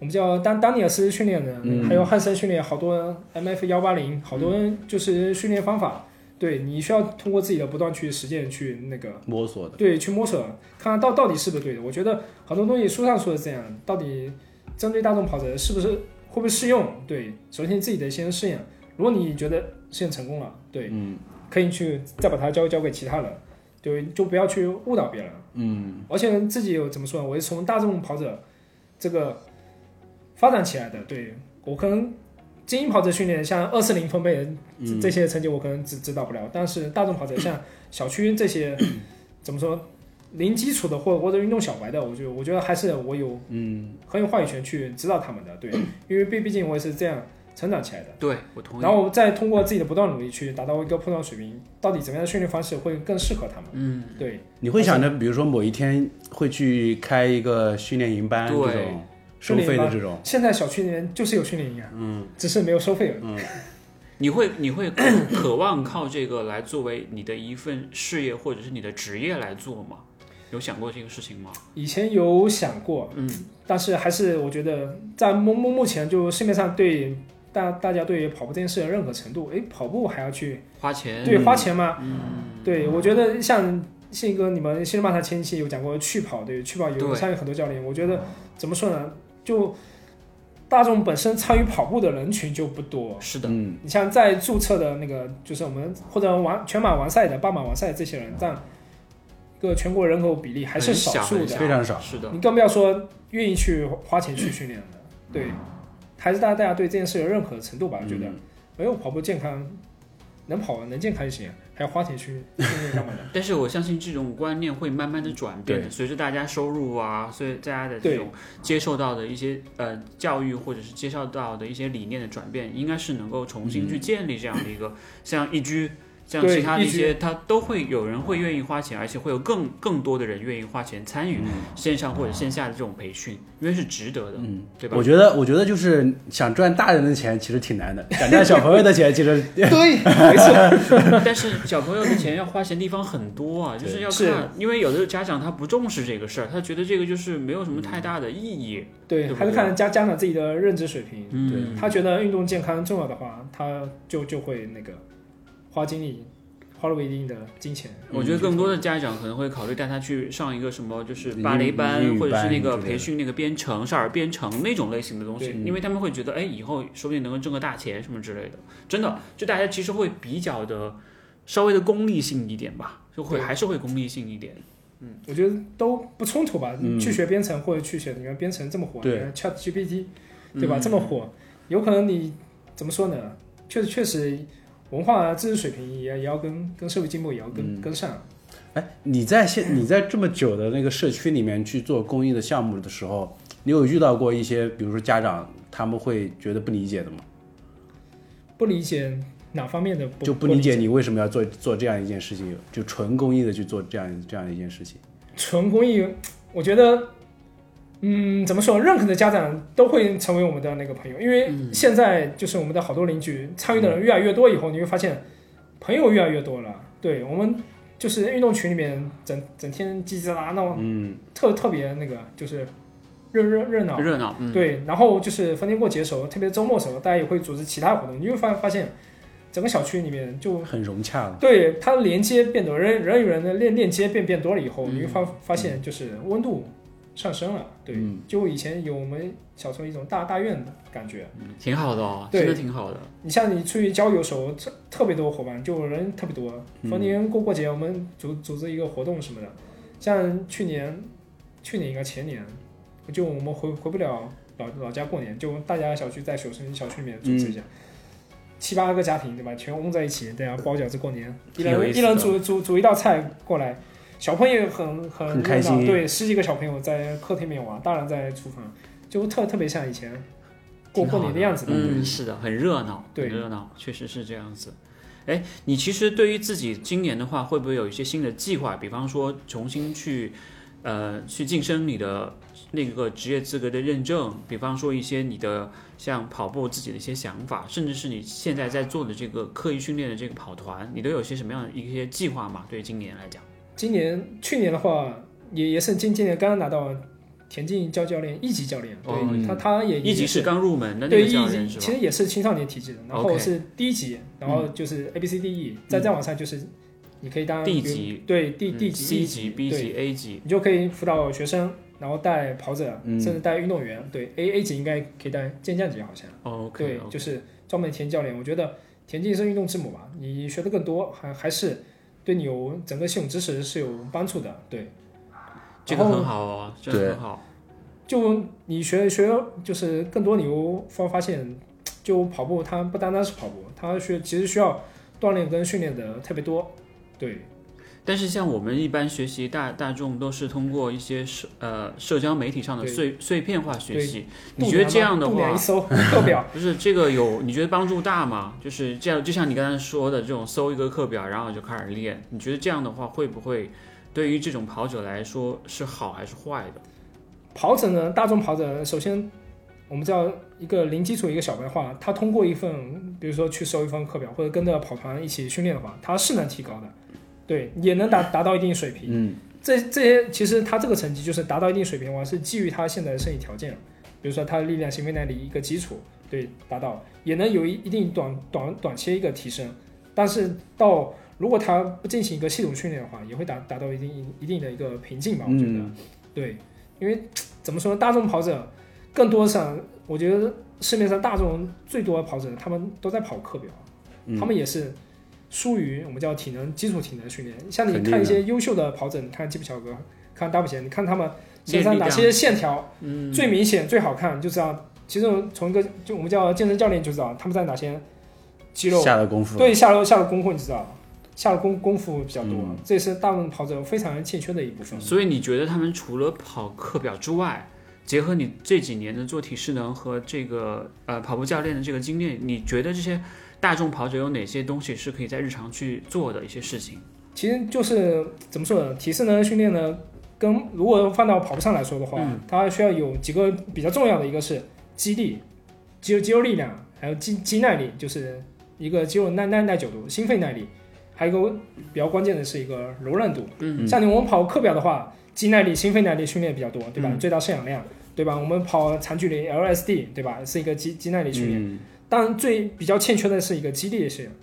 [SPEAKER 3] 我们叫丹丹尼尔斯训练的，
[SPEAKER 1] 嗯
[SPEAKER 3] 还有汉森训练，好多 MF 幺八零，好多就是训练方法，对你需要通过自己的不断去实践去那个
[SPEAKER 1] 摸索的，
[SPEAKER 3] 对，去摸索，看看到到底是不是对的。我觉得很多东西书上说的这样，到底针对大众跑者是不是会不会适用？对，首先自己得先试验。如果你觉得试验成功了，对，
[SPEAKER 1] 嗯
[SPEAKER 3] 可以去再把它交交给其他人，对，就不要去误导别人。
[SPEAKER 1] 嗯
[SPEAKER 3] 而且自己有怎么说呢？我是从大众跑者这个发展起来的，对我可能精英跑者训练像二四零分贝的这
[SPEAKER 1] 嗯
[SPEAKER 3] 这些成绩我可能指指导不了，但是大众跑者 像小区这些，怎么说，零基础的或或者运动小白的，我觉得我觉得还是我有
[SPEAKER 1] 嗯，
[SPEAKER 3] 很有话语权去指导他们的，对，因为毕毕竟我也是这样成长起来的，
[SPEAKER 2] 对我同意。
[SPEAKER 3] 然后再通过自己的不断努力去达到一个碰撞水平，到底怎么样的训练方式会更适合他们？
[SPEAKER 2] 嗯，
[SPEAKER 3] 对，
[SPEAKER 1] 你会想着，比如说某一天会去开一个训练营班这
[SPEAKER 2] 对
[SPEAKER 1] 种收费的这种，
[SPEAKER 3] 现在小区里面就是有训练营啊，
[SPEAKER 1] 嗯
[SPEAKER 3] 只是没有收费而已。
[SPEAKER 1] 嗯，
[SPEAKER 2] 你会你会渴望靠这个来作为你的一份事业或者是你的职业来做吗？有想过这个事情吗？
[SPEAKER 3] 以前有想过，
[SPEAKER 2] 嗯，
[SPEAKER 3] 但是还是我觉得在目目目前就市面上对大大家对跑步这件事的认可程度，诶，跑步还要去
[SPEAKER 2] 花钱
[SPEAKER 3] 对
[SPEAKER 1] 嗯
[SPEAKER 3] 花钱吗？对，我觉得像信哥你们新人漫谈前期有讲过去跑，对，去跑有
[SPEAKER 2] 对
[SPEAKER 3] 参与很多教练，我觉得怎么说呢，就大众本身参与跑步的人群就不多，
[SPEAKER 2] 是的，
[SPEAKER 1] 嗯
[SPEAKER 3] 你像在注册的那个，就是我们或者完全马完赛的、半马完赛的这些人，占一个全国人口比例还是
[SPEAKER 2] 很
[SPEAKER 3] 少
[SPEAKER 2] 小
[SPEAKER 3] 数
[SPEAKER 2] 很小
[SPEAKER 3] 的。
[SPEAKER 1] 非常少
[SPEAKER 2] 是的，
[SPEAKER 3] 你更不要说愿意去花钱去训练的，对，还是大大家对这件事有认可程度吧。我觉得，没有跑步健康，能跑能健康就行，还要花钱去训练干嘛呢？
[SPEAKER 2] 但是我相信这种观念会慢慢的转变的，
[SPEAKER 1] 对
[SPEAKER 2] 随着大家收入啊，随着大家的这种接受到的一些呃教育或者是接受到的一些理念的转变，应该是能够重新去建立这样的一个、像一居。像
[SPEAKER 3] 对
[SPEAKER 2] 其他的一
[SPEAKER 3] 一居
[SPEAKER 2] 些，他都会有人会愿意花钱，而且会有更更多的人愿意花钱参与线上或者线下的这种培训，因为是值得的，
[SPEAKER 1] 嗯，
[SPEAKER 2] 对吧
[SPEAKER 1] 我？觉得我觉得就是想赚大人的钱其实挺难的，想赚小朋友的钱其实
[SPEAKER 3] 对，没错，
[SPEAKER 2] 但是小朋友的钱要花钱地方很多啊，就是要
[SPEAKER 3] 是
[SPEAKER 2] 看，因为有的家长他不重视这个事儿，他觉得这个就是没有什
[SPEAKER 1] 嗯
[SPEAKER 2] 么太大的意义。对
[SPEAKER 3] 对，
[SPEAKER 2] 不
[SPEAKER 3] 还是
[SPEAKER 2] 对
[SPEAKER 3] 看家家长自己的认知水平。
[SPEAKER 2] 嗯，
[SPEAKER 3] 他觉得运动健康重要的话，他就就会那个花精力，花入一定的金钱。
[SPEAKER 2] 我觉得更多的家长可能会考虑带他去上一个什么，就是芭蕾
[SPEAKER 1] 英
[SPEAKER 2] 班，
[SPEAKER 1] 语
[SPEAKER 2] 或者是那
[SPEAKER 1] 班之类
[SPEAKER 2] 个
[SPEAKER 1] 的
[SPEAKER 2] 培训那个编程、少儿编程那种类型的东西
[SPEAKER 3] 对，
[SPEAKER 2] 因为他们会觉得，哎，以后说不定能够挣个大钱什么之类的。真的，就大家其实会比较的稍微的功利性一点吧，就会
[SPEAKER 3] 对
[SPEAKER 2] 还是会功利性一点。
[SPEAKER 3] 我觉得都不冲突吧。
[SPEAKER 1] 嗯
[SPEAKER 3] 去学编程或者去学你看编程这么火，
[SPEAKER 1] 对
[SPEAKER 3] 你看 Chat GPT 对吧？
[SPEAKER 2] 嗯
[SPEAKER 3] 这么火，有可能你怎么说呢？确实确实，文化知识水平也也要跟跟社会进步也要跟、
[SPEAKER 1] 嗯
[SPEAKER 3] 跟上。
[SPEAKER 1] 哎，你在现你在这么久的那个社区里面去做公益的项目的时候，你有遇到过一些，比如说家长他们会觉得不理解的吗？
[SPEAKER 3] 不理解哪方面的不
[SPEAKER 1] 就
[SPEAKER 3] 不
[SPEAKER 1] 理
[SPEAKER 3] 解
[SPEAKER 1] 解你为什么要做做这样一件事情，就纯公益的去做这样这样一件事情。
[SPEAKER 3] 纯公益，我觉得，嗯，怎么说？任何的家长都会成为我们的那个朋友，因为现在就是我们的好多邻居参与的人越来越多，以后你会发现朋友越来越多了。对我们就是运动群里面整整天叽叽啦啦闹，
[SPEAKER 1] 嗯，
[SPEAKER 3] 特特别那个就是热热热闹。
[SPEAKER 2] 热闹，嗯，
[SPEAKER 3] 对，然后就是逢年过节的时候，特别周末的时候，大家也会组织其他活动，你会发发现整个小区里面就
[SPEAKER 1] 很融洽了。
[SPEAKER 3] 对它的连接变多，人人与人的链链接变变多了以后，你会发发现就是温度上升了。对，
[SPEAKER 1] 嗯
[SPEAKER 3] 就以前有我们小时候一种大大院的感觉。
[SPEAKER 2] 嗯挺好的哦，
[SPEAKER 3] 对
[SPEAKER 2] 真的挺好的。
[SPEAKER 3] 你像你出去郊游的时候，特特别多伙伴，就人特别多。逢年过过节，我们组组织一个活动什么的，像去年、去年应该前年，就我们回回不了老老家过年，就大家小区在学生小区里面组织一下。七八个家庭对吧？全嗡在一起，大家包饺子过年，一
[SPEAKER 2] 挺有意
[SPEAKER 3] 人
[SPEAKER 2] 思
[SPEAKER 3] 一人
[SPEAKER 2] 的
[SPEAKER 3] 煮煮煮一道菜过来，小朋友很很
[SPEAKER 1] 很开
[SPEAKER 3] 热闹
[SPEAKER 1] 心
[SPEAKER 3] 对，十几个小朋友在客厅里面玩，大人在厨房，就特特别像以前过
[SPEAKER 2] 挺好
[SPEAKER 3] 过年的样子吧。
[SPEAKER 2] 嗯，是的，很热闹，
[SPEAKER 3] 对
[SPEAKER 2] 很热闹，确实是这样子。哎，你其实对于自己今年的话，会不会有一些新的计划？比方说重新去，呃，去晋升你的那个职业资格的认证，比方说一些你的像跑步自己的一些想法，甚至是你现在在做的这个刻意训练的这个跑团，你都有些什么样的一些计划吗？对于今年来讲，
[SPEAKER 3] 今年去年的话，也也是今今年刚刚拿到田径教教练一级教练，对、
[SPEAKER 2] 哦
[SPEAKER 3] 他他也
[SPEAKER 2] 一级是刚入门的那
[SPEAKER 3] 对
[SPEAKER 2] 个
[SPEAKER 3] 一
[SPEAKER 2] 教
[SPEAKER 3] 级
[SPEAKER 2] 练是
[SPEAKER 3] 其
[SPEAKER 2] 吧？
[SPEAKER 3] 实也是青少年体质的，然后
[SPEAKER 2] OK 嗯
[SPEAKER 3] 是第一级，然后就是 A B C D E，、再再往上就是你可以当
[SPEAKER 2] D 级，
[SPEAKER 3] 对 D
[SPEAKER 2] 嗯
[SPEAKER 3] D 级、
[SPEAKER 2] C
[SPEAKER 3] 一
[SPEAKER 2] 级、B
[SPEAKER 3] 对
[SPEAKER 2] 级、A 级，
[SPEAKER 3] 你就可以辅导学生，然后带跑者，
[SPEAKER 1] 嗯
[SPEAKER 3] 甚至带运动员。对 A A 级应该可以带健将级好像。
[SPEAKER 2] 哦，OK，
[SPEAKER 3] 对，
[SPEAKER 2] OK
[SPEAKER 3] 就是专门田教练。我觉得田径是运动之母吧，你学的更多，还还是对你有整个系统知识是有帮助的。对，
[SPEAKER 2] 这个
[SPEAKER 3] 然后
[SPEAKER 2] 很好哦，这个
[SPEAKER 1] 对
[SPEAKER 2] 很好。
[SPEAKER 3] 就你学学就是更多，你又发发现，就跑步它不单单是跑步，它需其实需要锻炼跟训练的特别多。对，
[SPEAKER 2] 但是像我们一般学习大大众都是通过一些社呃社交媒体上的
[SPEAKER 3] 对
[SPEAKER 2] 碎碎片化学习，你
[SPEAKER 3] 度
[SPEAKER 2] 觉得
[SPEAKER 3] 娘
[SPEAKER 2] 这
[SPEAKER 3] 嘛
[SPEAKER 2] 样的
[SPEAKER 3] 度娘
[SPEAKER 2] 话
[SPEAKER 3] 啊一，搜课表，
[SPEAKER 2] 不是这个有你觉得帮助大吗？就是这样，就像你刚才说的这种搜一个课表，然后就开始练，你觉得这样的话会不会对于这种跑者来说是好还是坏的？
[SPEAKER 3] 跑者呢，大众跑者首先我们知道一个零基础一个小白的话，他通过一份，比如说去搜一份课表，或者跟着跑团一起训练的话，他是能提高的，对，也能达达到一定水平。
[SPEAKER 1] 嗯，
[SPEAKER 3] 这这些其实他这个成绩就是达到一定水平的话，是基于他现在的身体条件，比如说他的力量、行为能力一个基础，对，达到也能有一一定短短短期一个提升，但是到如果他不进行一个系统训练的话，也会达达到一定一定的一个瓶颈吧，我觉得，
[SPEAKER 1] 嗯
[SPEAKER 3] 对，因为怎么说呢，大众跑者更多上，我觉得市面上大众最多的跑者，他们都在跑课表，
[SPEAKER 1] 嗯
[SPEAKER 3] 他们也是疏于我们叫体能基础体能训练。像你
[SPEAKER 1] 肯定
[SPEAKER 3] 看一
[SPEAKER 1] 的
[SPEAKER 3] 些优秀的跑者，你看基普乔格，看大普贤，你看他们身
[SPEAKER 2] 练
[SPEAKER 3] 上
[SPEAKER 2] 力
[SPEAKER 3] 哪
[SPEAKER 2] 量
[SPEAKER 3] 些线条
[SPEAKER 2] 嗯，
[SPEAKER 3] 最明显、最好看，就知道。其实从一个就我们叫健身教练就知道他们在哪些肌肉
[SPEAKER 1] 下了功夫，
[SPEAKER 3] 对下楼下楼功夫，你知道下楼功功夫比较多，
[SPEAKER 1] 嗯
[SPEAKER 3] 这也是大部分跑者非常欠缺的一部分。
[SPEAKER 2] 所以你觉得他们除了跑课表之外，结合你这几年的做体适能和这个呃跑步教练的这个经验，你觉得这些大众跑者有哪些东西是可以在日常去做的一些事情？
[SPEAKER 3] 其实就是怎么说呢？体适能训练呢，跟如果放到跑步上来说的话，
[SPEAKER 2] 嗯
[SPEAKER 3] 它需要有几个比较重要的，一个是肌力、肌肉肌肉力量，还有肌肌耐力，就是一个肌肉耐耐耐久度、心肺耐力，还有一个比较关键的是一个柔韧度。
[SPEAKER 2] 嗯
[SPEAKER 3] 像你我们跑课表的话，肌耐力、心肺耐力训练比较多，对吧？
[SPEAKER 2] 嗯
[SPEAKER 3] 最大摄氧量，对吧？我们跑长距离 LSD，对吧？是一个肌肌耐力训练。
[SPEAKER 1] 嗯，
[SPEAKER 3] 当然，最比较欠缺的是一个肌力的训练。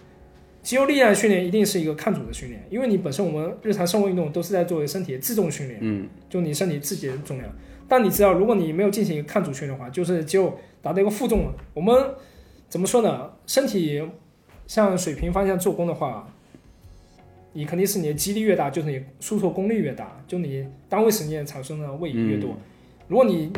[SPEAKER 3] 肌肉力量训练一定是一个抗阻的训练，因为你本身我们日常生活运动都是在作为身体的自重训练，
[SPEAKER 1] 嗯，
[SPEAKER 3] 就你身体自己的重量。但你知道，如果你没有进行一个抗阻训练的话，就是肌肉达到一个负重了。我们怎么说呢？身体向水平方向做功的话，你肯定是你的肌力越大，就是你输出功率越大，就你单位时间产生的位移越多。如果你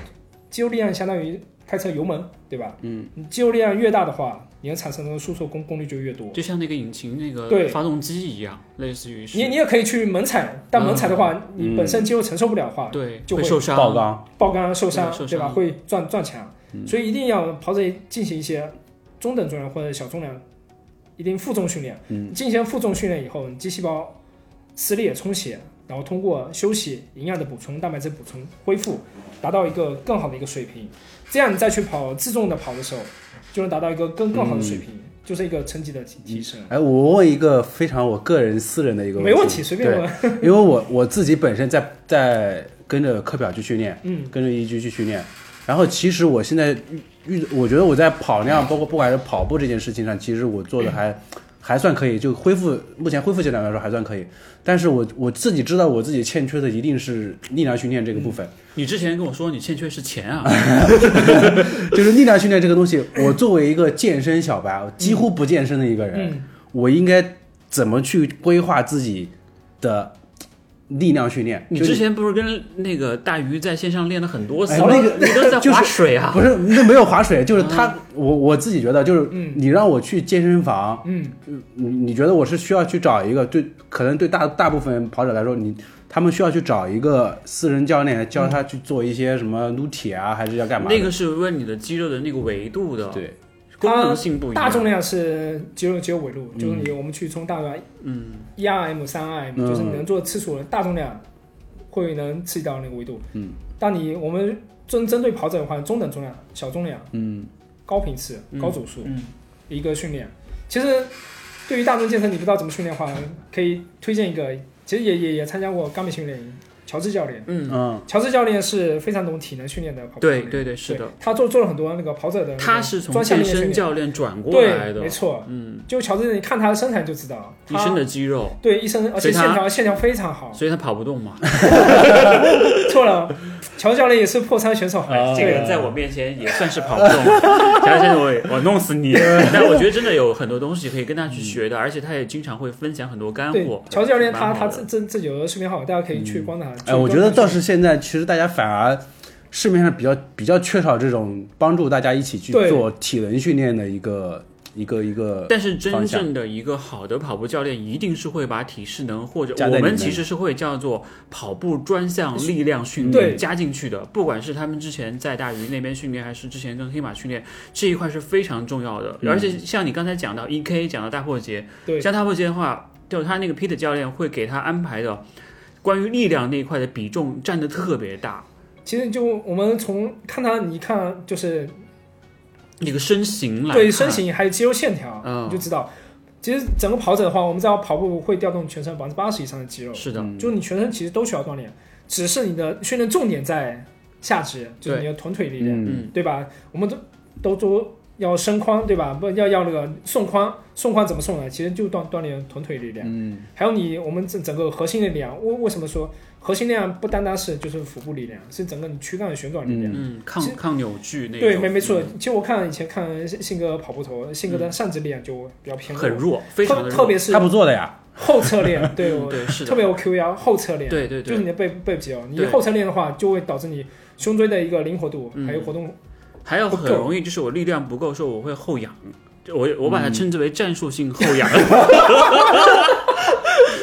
[SPEAKER 3] 肌肉力量相当于开车油门，对吧？
[SPEAKER 1] 嗯，
[SPEAKER 3] 你肌肉力量越大的话，你能产生的输出功功率就越多。
[SPEAKER 2] 就像那个引擎那
[SPEAKER 3] 对
[SPEAKER 2] 个发动机一样，类似于是
[SPEAKER 3] 你你也可以去猛踩，但猛踩的话，
[SPEAKER 1] 嗯
[SPEAKER 3] 你本身肌肉承受不了的话，
[SPEAKER 2] 对
[SPEAKER 3] 就
[SPEAKER 2] 会
[SPEAKER 3] 会
[SPEAKER 2] 受伤，
[SPEAKER 1] 爆缸，
[SPEAKER 3] 爆杆受伤，
[SPEAKER 2] 对受伤嗯
[SPEAKER 3] 对吧？会撞撞墙，所以一定要跑者进行一些中等重量或者小重量，一定负重训练。
[SPEAKER 1] 嗯
[SPEAKER 3] 进行负重训练以后，你肌细胞撕裂充血，然后通过休息、营养的补充、蛋白质补充恢复，达到一个更好的一个水平。这样你再去跑自重的跑的时候，就能达到一个更更好的水
[SPEAKER 2] 嗯
[SPEAKER 3] 平，就是一个成绩的提提升。
[SPEAKER 1] 哎，我问一个非常我个人私人的一个
[SPEAKER 3] 没问
[SPEAKER 1] 问
[SPEAKER 3] 题，随便问。
[SPEAKER 1] 对因为我我自己本身在在跟着课表去训练，
[SPEAKER 3] 嗯，
[SPEAKER 1] 跟着一局去训练。然后其实我现在遇遇，我觉得我在跑量，包括不管是跑步这件事情上，其实我做的还还算可以，就恢复目前恢复阶段来说还算可以。但是我我自己知道我自己欠缺的一定是力量训练这个部分，
[SPEAKER 2] 你之前跟我说你欠缺是 钱啊，
[SPEAKER 1] 就是力量训练这个东西，我作为一个健身小白，我几
[SPEAKER 2] 嗯
[SPEAKER 1] 乎不健身的一个人，
[SPEAKER 3] 嗯
[SPEAKER 1] 我应该怎么去规划自己的力量训练？
[SPEAKER 2] 你
[SPEAKER 1] 就是
[SPEAKER 2] 之前不是跟那个大鱼在线上练了很多次
[SPEAKER 1] 哎
[SPEAKER 2] 吗？
[SPEAKER 1] 那个
[SPEAKER 2] 你都在
[SPEAKER 1] 就是
[SPEAKER 2] 划水啊？
[SPEAKER 1] 不是，那没有划水，就是他，我我自己觉得，就是
[SPEAKER 3] 嗯
[SPEAKER 1] 你让我去健身房，
[SPEAKER 3] 嗯，
[SPEAKER 1] 你你觉得我是需要去找一个对，可能对大大部分跑者来说，你他们需要去找一个私人教练教他去做一些什么撸铁啊，还是要干嘛的？
[SPEAKER 2] 嗯那个是问你的肌肉的那个维度的
[SPEAKER 1] 对，
[SPEAKER 2] 功能性不一样。嗯
[SPEAKER 3] 大重量是肌肉肌肉尾路，就是你我们去冲大软，嗯，一 RM 三 RM，、
[SPEAKER 1] 嗯
[SPEAKER 3] 就是你能做的次数的大重量会能刺激到那个维度。
[SPEAKER 1] 嗯，
[SPEAKER 3] 但你我们针针对跑者的话，中等重量、小重量、
[SPEAKER 1] 嗯
[SPEAKER 3] 高频次、
[SPEAKER 2] 嗯
[SPEAKER 3] 高组数、
[SPEAKER 2] 嗯，
[SPEAKER 3] 一个训练。其实对于大众健身，你不知道怎么训练的话，可以推荐一个，其实也也也参加过钢笔训练营，乔治教练。
[SPEAKER 2] 嗯，
[SPEAKER 1] 嗯
[SPEAKER 3] 乔治教练是非常懂体能训练的跑步教
[SPEAKER 2] 对
[SPEAKER 3] 练，
[SPEAKER 2] 对对，是的
[SPEAKER 3] 对，，他做做了很多那个跑者的那个
[SPEAKER 2] 他是从
[SPEAKER 3] 专项
[SPEAKER 2] 健
[SPEAKER 3] 练习训
[SPEAKER 2] 身
[SPEAKER 3] 练，
[SPEAKER 2] 教练转过来
[SPEAKER 3] 对，
[SPEAKER 2] 的
[SPEAKER 3] 没，错，
[SPEAKER 2] 嗯，
[SPEAKER 3] 就乔治，你看他的身材就知道，
[SPEAKER 2] 一
[SPEAKER 3] 他
[SPEAKER 2] 身的肌肉，
[SPEAKER 3] 对一身，而
[SPEAKER 2] 所
[SPEAKER 3] 且
[SPEAKER 2] 以他
[SPEAKER 3] 线条线条非常好。
[SPEAKER 2] 所以他跑不动 嘛。
[SPEAKER 3] 错了，乔治教练也是破三选手，
[SPEAKER 1] 哎
[SPEAKER 2] 啊这个人
[SPEAKER 1] 哦
[SPEAKER 2] 在我面前也算是跑不 动，乔先生，我也我弄死你！但我觉得真的有很多东西可以跟他去学的，而且他也经常会分享很多干
[SPEAKER 3] 对
[SPEAKER 2] 货。
[SPEAKER 3] 乔治教练他
[SPEAKER 2] 蛮好
[SPEAKER 3] 他
[SPEAKER 2] 的嗯
[SPEAKER 3] 自自自己有的视频号，大家可以去观察。去
[SPEAKER 1] 哎，我觉得
[SPEAKER 3] 观察
[SPEAKER 1] 倒是现在，其实大家反而市面上比较比较缺少这种帮助大家一起去
[SPEAKER 3] 对
[SPEAKER 1] 做体能训练的一个一个一
[SPEAKER 3] 呃
[SPEAKER 1] 个，
[SPEAKER 2] 但是
[SPEAKER 1] 方
[SPEAKER 2] 真
[SPEAKER 1] 向
[SPEAKER 2] 正的一个好的跑步教练，一定是会把体适能或者
[SPEAKER 1] 加在
[SPEAKER 2] 我
[SPEAKER 1] 里面
[SPEAKER 2] 们其实是会叫做跑步专项力量训
[SPEAKER 3] 对
[SPEAKER 2] 练加进去的。不管是他们之前在大鱼那边训练，还是之前跟黑马训练，这一块是非常重要的。
[SPEAKER 1] 嗯
[SPEAKER 2] 而且像你刚才讲到 E K，讲到大破节，
[SPEAKER 3] 对
[SPEAKER 2] 像大破节的话，就他那个 Peter 教练会给他安排的关于力量那一块的比重占的特别大。
[SPEAKER 3] 其实就我们从看它，你看就是
[SPEAKER 2] 那个身形来看，
[SPEAKER 3] 对身形还有肌肉线条，
[SPEAKER 2] 嗯
[SPEAKER 3] 你就知道，其实整个跑者的话，我们知道跑步会调动全身百分之八十以上的肌肉，
[SPEAKER 2] 是的，
[SPEAKER 3] 就是你全身其实都需要锻炼，只是你的训练重点在下肢，就
[SPEAKER 2] 对
[SPEAKER 3] 是你的臀腿力量，
[SPEAKER 1] 嗯，
[SPEAKER 2] 嗯，
[SPEAKER 3] 对吧？我们都都都要升框，对吧？不要要那个送框，送框怎么送呢？其实就锻锻炼臀腿力量，
[SPEAKER 1] 嗯，
[SPEAKER 3] 还有你我们整整个核心力量。为为什么说核心力量不单单是就是腹部力量，是整个你躯干的旋转力量。
[SPEAKER 2] 嗯，抗抗扭矩那
[SPEAKER 3] 对，
[SPEAKER 2] 种
[SPEAKER 3] 没没错。其实我看以前看信信哥跑步头，信哥的上肢力量就比较偏弱，
[SPEAKER 2] 很弱，非常
[SPEAKER 3] 特
[SPEAKER 2] 的弱，
[SPEAKER 3] 特别是
[SPEAKER 1] 他不做的呀，
[SPEAKER 3] 后侧练，对我
[SPEAKER 2] 对是的，
[SPEAKER 3] 特别有 Q 腰后侧练，
[SPEAKER 2] 对对
[SPEAKER 3] 就是
[SPEAKER 2] 对，
[SPEAKER 3] 你的背背肌哦，你
[SPEAKER 2] 对
[SPEAKER 3] 后侧练的话，就会导致你胸椎的一个灵活度，
[SPEAKER 2] 嗯
[SPEAKER 3] 还有活动，
[SPEAKER 2] 还有
[SPEAKER 3] 不
[SPEAKER 2] 很
[SPEAKER 3] 够
[SPEAKER 2] 容易就是我力量不够，说我会后仰，就我我
[SPEAKER 1] 嗯
[SPEAKER 2] 把它称之为战术性后 仰，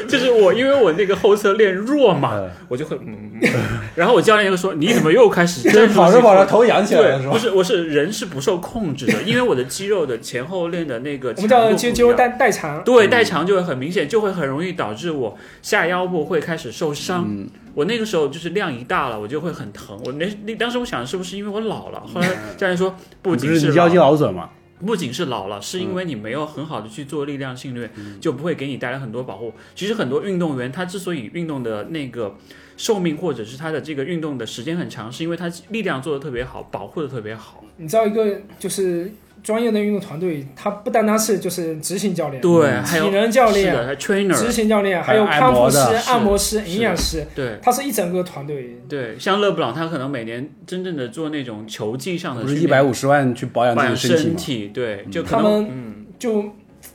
[SPEAKER 2] 就是我因为我那个后侧练弱嘛，
[SPEAKER 1] 嗯
[SPEAKER 2] 我就会嗯，嗯嗯然后我教练又说你怎么又开始
[SPEAKER 1] 就是
[SPEAKER 2] 战术
[SPEAKER 1] 跑着
[SPEAKER 2] 性
[SPEAKER 1] 跑
[SPEAKER 2] 后
[SPEAKER 1] 着头扬起来了
[SPEAKER 2] 对，
[SPEAKER 1] 是
[SPEAKER 2] 不
[SPEAKER 1] 吧？
[SPEAKER 2] 是，我是人是不受控制的，因为我的肌肉的前后链的那个
[SPEAKER 3] 我们叫肌肌肉
[SPEAKER 2] 带，
[SPEAKER 3] 代代偿，
[SPEAKER 2] 对代偿就会很明显，就会很容易导致我下腰部会开始受伤。
[SPEAKER 1] 嗯
[SPEAKER 2] 我那个时候就是量一大了，我就会很疼。我那那当时我想是不是因为我老了？后来教练说不仅
[SPEAKER 1] 是你
[SPEAKER 2] 老
[SPEAKER 1] 腰
[SPEAKER 2] 了
[SPEAKER 1] 肌劳损嘛，
[SPEAKER 2] 不仅是老了，是因为你没有很好的去做力量训练，就不会给你带来很多保护。其实很多运动员他之所以运动的那个寿命或者是他的这个运动的时间很长，是因为他力量做的特别好，保护的特别好。
[SPEAKER 3] 你知道一个就是专业的运动团队，它不单单是就是执行教练，
[SPEAKER 2] 对，还有
[SPEAKER 3] 体能教
[SPEAKER 2] 是
[SPEAKER 3] 练、
[SPEAKER 2] 的，还有
[SPEAKER 3] 执
[SPEAKER 2] trainer，
[SPEAKER 3] 行教练，
[SPEAKER 1] 还
[SPEAKER 3] 还
[SPEAKER 1] 有
[SPEAKER 3] 有康复师
[SPEAKER 1] 按摩的、
[SPEAKER 2] 是
[SPEAKER 3] 按摩师、
[SPEAKER 2] 是
[SPEAKER 3] 营养师，
[SPEAKER 2] 对
[SPEAKER 3] 它是一整个团队。
[SPEAKER 2] 对，像勒布朗，他可能每年真正的做那种球技上的
[SPEAKER 1] 不是一
[SPEAKER 2] 训
[SPEAKER 1] 百
[SPEAKER 2] 练
[SPEAKER 1] 五十万去保养
[SPEAKER 2] 保
[SPEAKER 1] 自
[SPEAKER 2] 养
[SPEAKER 1] 己身
[SPEAKER 2] 身
[SPEAKER 1] 体
[SPEAKER 2] 体，对，就可
[SPEAKER 3] 他
[SPEAKER 2] 能
[SPEAKER 3] 们
[SPEAKER 2] 嗯，
[SPEAKER 3] 就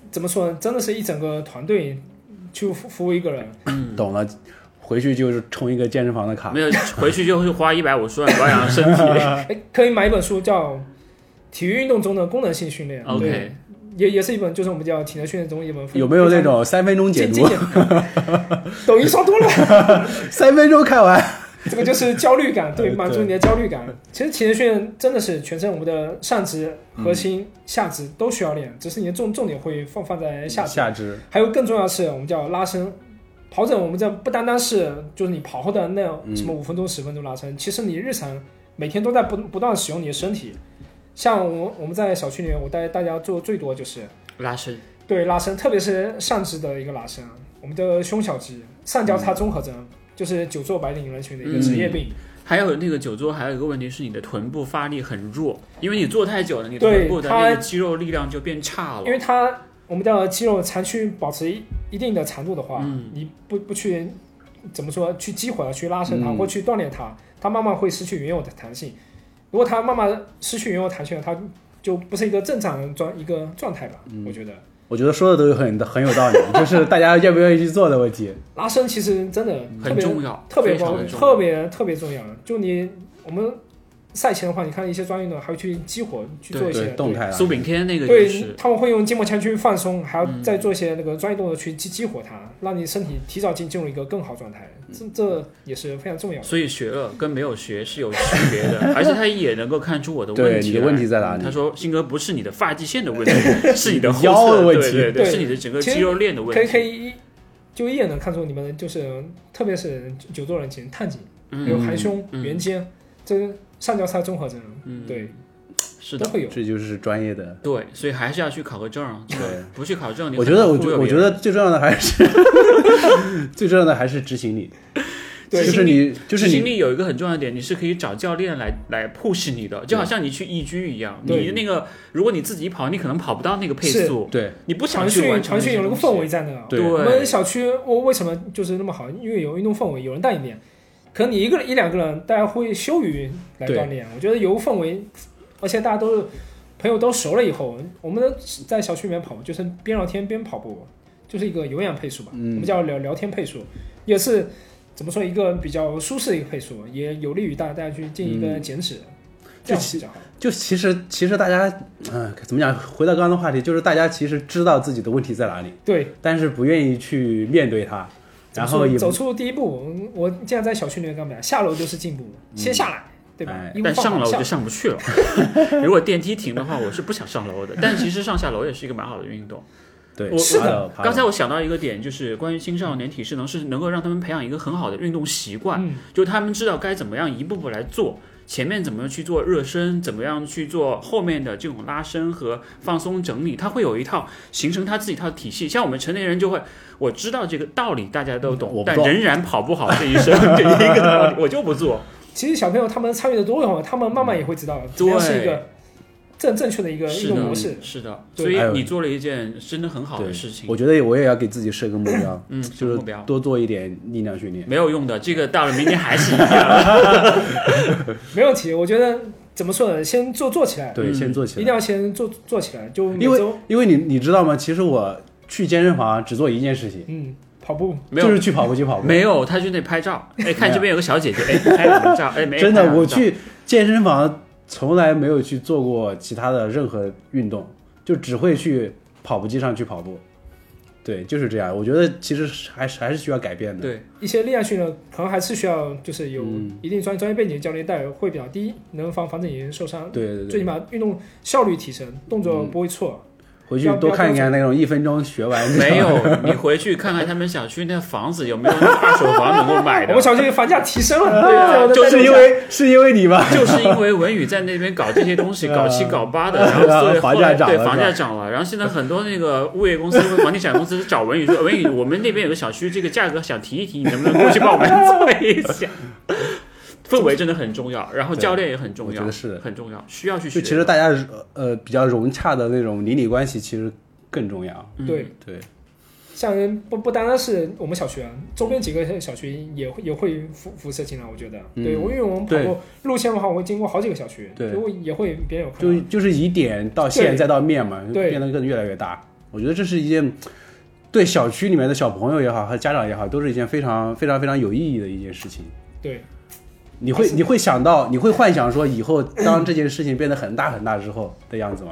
[SPEAKER 3] 怎么说呢？真的是一整个团队去服服务一个人。
[SPEAKER 1] 嘛，懂了。回去就是充一个健身房的卡
[SPEAKER 2] 没，有回去就会花一百五十万保养身体。
[SPEAKER 3] 哎，可以买一本书叫《体育运动中的功能性训练》对，
[SPEAKER 2] OK，
[SPEAKER 3] 也也是一本就是我们叫体能训练中一本。
[SPEAKER 1] 有没有那种三分钟解
[SPEAKER 3] 经
[SPEAKER 1] 读
[SPEAKER 3] 经？典？抖音刷多了，
[SPEAKER 1] 三分钟看完，
[SPEAKER 3] 这个就是焦虑感，对，
[SPEAKER 1] 呃
[SPEAKER 3] 满足
[SPEAKER 1] 对
[SPEAKER 3] 你的焦虑感。其实体能训练真的是全身，我们的上肢、
[SPEAKER 1] 嗯
[SPEAKER 3] 核心、下肢都需要练，只是你的重重点会放放在下肢。
[SPEAKER 1] 下肢，
[SPEAKER 3] 还有更重要的是，我们叫拉伸。跑者，我们这不单单是就是你跑后的那
[SPEAKER 1] 嗯
[SPEAKER 3] 什么五分钟、十分钟拉伸，其实你日常每天都在不不断使用你的身体。像我我们在小区里面，我带大家做最多就是
[SPEAKER 2] 拉伸，
[SPEAKER 3] 对拉伸，特别是上肢的一个拉伸，啊我们的胸小肌、上
[SPEAKER 2] 嗯
[SPEAKER 3] 交叉综合征，就是久坐白领人群的一个职业病。
[SPEAKER 2] 还有那个久坐，还有一个问题是你的臀部发力很弱，因为你坐太久了，你的
[SPEAKER 3] 对
[SPEAKER 2] 臀部的那
[SPEAKER 3] 它
[SPEAKER 2] 个肌肉力量就变差了
[SPEAKER 3] 因。为它我们的肌肉长期保持一一定的长度的话，
[SPEAKER 2] 嗯
[SPEAKER 3] 你不不去怎么说去激活它、去拉伸它、
[SPEAKER 1] 嗯
[SPEAKER 3] 或去锻炼它，它慢慢会失去原有的弹性。如果它慢慢失去原有弹性了，它就不是一个正常的状一个状态吧？
[SPEAKER 2] 嗯
[SPEAKER 3] 我觉得
[SPEAKER 1] 我觉得说的都有很很有道理，就是大家愿不愿意去做的问题。
[SPEAKER 3] 拉伸其实真的特
[SPEAKER 2] 嗯很
[SPEAKER 3] 别
[SPEAKER 2] 重要，
[SPEAKER 3] 特别
[SPEAKER 2] 非常
[SPEAKER 3] 高
[SPEAKER 2] 的重要
[SPEAKER 3] 特别特别重要。就你我们赛前的话，你看一些专业运动员还会去激活去做一些
[SPEAKER 1] 对，动态了。啊
[SPEAKER 2] 苏炳添那个也
[SPEAKER 3] 对
[SPEAKER 2] 是，，
[SPEAKER 3] 他们会用筋膜枪去放松，还要
[SPEAKER 2] 嗯
[SPEAKER 3] 再做一些那个专业动作去激激活它，让你身体提早进进入一个更好状态，这
[SPEAKER 2] 嗯
[SPEAKER 3] 这也是非常重要的。
[SPEAKER 2] 所以学了跟没有学是有区别的，而且他也能够看出我的问
[SPEAKER 1] 对，
[SPEAKER 2] 题
[SPEAKER 1] 你
[SPEAKER 2] 来。
[SPEAKER 1] 的问题在哪里
[SPEAKER 2] 他？说：“鑫哥，不是你的发际线的 问题，是你的后
[SPEAKER 1] 腰
[SPEAKER 2] 侧
[SPEAKER 1] 的问题
[SPEAKER 2] 对对对，
[SPEAKER 3] 对
[SPEAKER 2] 是你的整个
[SPEAKER 3] 其实
[SPEAKER 2] 肌肉链的问
[SPEAKER 3] 可
[SPEAKER 2] 题。
[SPEAKER 3] 以可以一，就一眼能看出你们就是，特别是久久坐人群、探颈、
[SPEAKER 2] 嗯，
[SPEAKER 3] 有含胸、
[SPEAKER 2] 嗯
[SPEAKER 3] 圆肩，这上交叉综合征，
[SPEAKER 2] 嗯
[SPEAKER 3] 对，
[SPEAKER 2] 是
[SPEAKER 3] 都
[SPEAKER 2] 的，
[SPEAKER 3] 会有。
[SPEAKER 1] 这就是专业的。
[SPEAKER 2] 对，所以还是要去考个证啊。这个
[SPEAKER 1] 对
[SPEAKER 2] 不去考证，你
[SPEAKER 1] 我觉
[SPEAKER 2] 很
[SPEAKER 1] 得，
[SPEAKER 2] 难
[SPEAKER 1] 我
[SPEAKER 2] 忽
[SPEAKER 1] 觉
[SPEAKER 2] 悠
[SPEAKER 1] 我
[SPEAKER 2] 别
[SPEAKER 1] 觉
[SPEAKER 2] 人
[SPEAKER 1] 得最重要的还是 最重要的还是执行力，就
[SPEAKER 3] 对
[SPEAKER 1] 是你就是
[SPEAKER 2] 执行
[SPEAKER 1] 你
[SPEAKER 2] 力有一个很重要的点，你是可以找教练来来 push 你的，就好像你去义居一样，
[SPEAKER 3] 对
[SPEAKER 2] 你那个如果你自己跑，你可能跑不到那个配速，
[SPEAKER 1] 对
[SPEAKER 2] 你不想
[SPEAKER 3] 长
[SPEAKER 2] 去
[SPEAKER 3] 训
[SPEAKER 2] 完成
[SPEAKER 3] 长训有那
[SPEAKER 2] 那
[SPEAKER 3] 个
[SPEAKER 2] 些东
[SPEAKER 3] 氛
[SPEAKER 2] 西
[SPEAKER 3] 围，在那啊儿，
[SPEAKER 2] 对
[SPEAKER 1] 对
[SPEAKER 3] 我们小区我为什么就是那么好？因为有运动氛围，有人带你练。可能你一个人一两个人，大家会羞于来
[SPEAKER 1] 对
[SPEAKER 3] 锻炼。我觉得有氛围，而且大家都是朋友都熟了以后，我们在小区里面跑步，就是边聊天边跑步，就是一个有氧配速吧，
[SPEAKER 1] 嗯
[SPEAKER 3] 我们叫聊聊天配速，也是怎么说一个比较舒适的一个配速，也有利于大大家去进行一个减脂，这样比较好。
[SPEAKER 1] 就嗯其实其实大家，嗯、怎么讲？回到刚刚的话题，就是大家其实知道自己的问题在哪里，
[SPEAKER 3] 对，
[SPEAKER 1] 但是不愿意去面对它，然后也
[SPEAKER 3] 走出第一步，我现在在小区里面干嘛呀？下楼就是进步，先下来，对吧
[SPEAKER 1] 嗯哎？
[SPEAKER 3] 衣服
[SPEAKER 2] 但
[SPEAKER 3] 放
[SPEAKER 2] 上
[SPEAKER 3] 好
[SPEAKER 2] 楼我
[SPEAKER 3] 下
[SPEAKER 2] 就上不 去了。如果电梯停的话，我是不想上楼的。但其实上下楼也是一个蛮好的运动，
[SPEAKER 1] 对，
[SPEAKER 2] 我
[SPEAKER 3] 是
[SPEAKER 1] 爬
[SPEAKER 3] 的
[SPEAKER 1] 楼爬
[SPEAKER 2] 刚才
[SPEAKER 1] 楼
[SPEAKER 2] 我想到一个点，就是关于青少年体适能，是能够让他们培养一个很好的运动习惯，
[SPEAKER 3] 嗯
[SPEAKER 2] 就是他们知道该怎么样一步步来做，前面怎么去做热身，怎么样去做后面的这种拉伸和放松整理，他会有一套形成他自己一套体系。像我们成年人就会，我知道这个道理大家都
[SPEAKER 1] 嗯我
[SPEAKER 2] 懂
[SPEAKER 1] 不，
[SPEAKER 2] 但
[SPEAKER 1] 做
[SPEAKER 2] 仍然跑不好这一生这一个道理，我就不做。
[SPEAKER 3] 其实小朋友他们参与的多以后，他们慢慢也会知道，
[SPEAKER 1] 嗯
[SPEAKER 3] 怎么样是一个正正确的一个
[SPEAKER 2] 是
[SPEAKER 3] 运
[SPEAKER 2] 的
[SPEAKER 3] 动模式。
[SPEAKER 2] 是的，
[SPEAKER 3] 对
[SPEAKER 2] 所以
[SPEAKER 1] 还有
[SPEAKER 2] 你做了一件真的很好的
[SPEAKER 1] 对
[SPEAKER 2] 事情，
[SPEAKER 1] 我。觉得我也要给自己设个目标
[SPEAKER 2] 嗯，
[SPEAKER 1] 就
[SPEAKER 2] 目
[SPEAKER 1] 是
[SPEAKER 2] 标
[SPEAKER 1] 多做一点力量训练。
[SPEAKER 2] 没有用的，这个到了明天还 是一样。
[SPEAKER 3] 没问题，我觉得怎么说呢，先做做起来，
[SPEAKER 1] 对，
[SPEAKER 2] 嗯
[SPEAKER 1] 先做
[SPEAKER 3] 一
[SPEAKER 1] 起
[SPEAKER 3] 定
[SPEAKER 1] 来。
[SPEAKER 3] 要先做做起来，就每
[SPEAKER 1] 因为
[SPEAKER 3] 周
[SPEAKER 1] 因为你你知道吗？其实我去健身房只做一件事情，
[SPEAKER 3] 嗯跑步，
[SPEAKER 2] 没有
[SPEAKER 1] 就是去跑步机跑步。
[SPEAKER 2] 没有，他去那拍照，哎，看这边有个小姐姐，哎，拍两张照，哎，没
[SPEAKER 1] 真的，我，
[SPEAKER 2] 拍两张照
[SPEAKER 1] 去健身房从来没有去做过其他的任何运动，就只会去跑步机上去跑步。对，就是这样。我觉得其实是还是还是需要改变的。
[SPEAKER 2] 对，
[SPEAKER 3] 一些力量训练可能还是需要就是有
[SPEAKER 1] 嗯
[SPEAKER 3] 一定专专业背景的教练带会比较低，能防防止你受伤，
[SPEAKER 1] 对对嗯
[SPEAKER 3] 最
[SPEAKER 1] 对
[SPEAKER 3] 起码运动效率提升，动作不会错。
[SPEAKER 1] 回去多看一看那种一分钟学完这种
[SPEAKER 2] 没。有，你回去看看他们小区那房子有没有那二手房能够买
[SPEAKER 3] 我
[SPEAKER 2] 的
[SPEAKER 3] 们。小区房价提升了，
[SPEAKER 2] 对啊
[SPEAKER 3] 我的
[SPEAKER 2] 就是
[SPEAKER 1] 是因为是因为你吗？
[SPEAKER 2] 就是因为文宇在那边搞这些东西，
[SPEAKER 1] 啊
[SPEAKER 2] 搞七搞八的，然后所以
[SPEAKER 1] 呃房
[SPEAKER 2] 后来
[SPEAKER 1] 价涨了
[SPEAKER 2] 对
[SPEAKER 1] 是吧
[SPEAKER 2] 房价涨了，然后现在很多那个物业公司、房地产公司找文宇说，文宇，我们那边有个小区，这个价格想提一提，你能不能过去帮我们做一下？ 氛围真的很重要，然后
[SPEAKER 1] 对
[SPEAKER 2] 教练也很重
[SPEAKER 1] 我
[SPEAKER 2] 要
[SPEAKER 1] 觉得，是的，
[SPEAKER 2] 很重要，需要去
[SPEAKER 1] 就
[SPEAKER 2] 学。
[SPEAKER 1] 其实大家呃比较融洽的那种邻里关系其实更重要。
[SPEAKER 2] 嗯
[SPEAKER 3] 对
[SPEAKER 1] 对，
[SPEAKER 3] 像不不单单是我们小区啊，周边几个小区也会也会辐辐射进来，我觉得，
[SPEAKER 1] 嗯
[SPEAKER 3] 对，我因为我们跑
[SPEAKER 1] 对
[SPEAKER 3] 步路线的话，我会经过好几个小区，
[SPEAKER 1] 对
[SPEAKER 3] 就也会别人有看
[SPEAKER 1] 就
[SPEAKER 2] 嗯
[SPEAKER 3] 到，
[SPEAKER 1] 就是以点到线
[SPEAKER 3] 对
[SPEAKER 1] 再到面嘛，就
[SPEAKER 3] 对
[SPEAKER 1] 变得更越来越大。我觉得这是一件对小区里面的小朋友也好和家长也好，都是一件非常非常非常有意义的一件事情。
[SPEAKER 3] 对，
[SPEAKER 1] 你会你会想到，你会幻想说以后当这件事情变得很大很大之后的样子吗？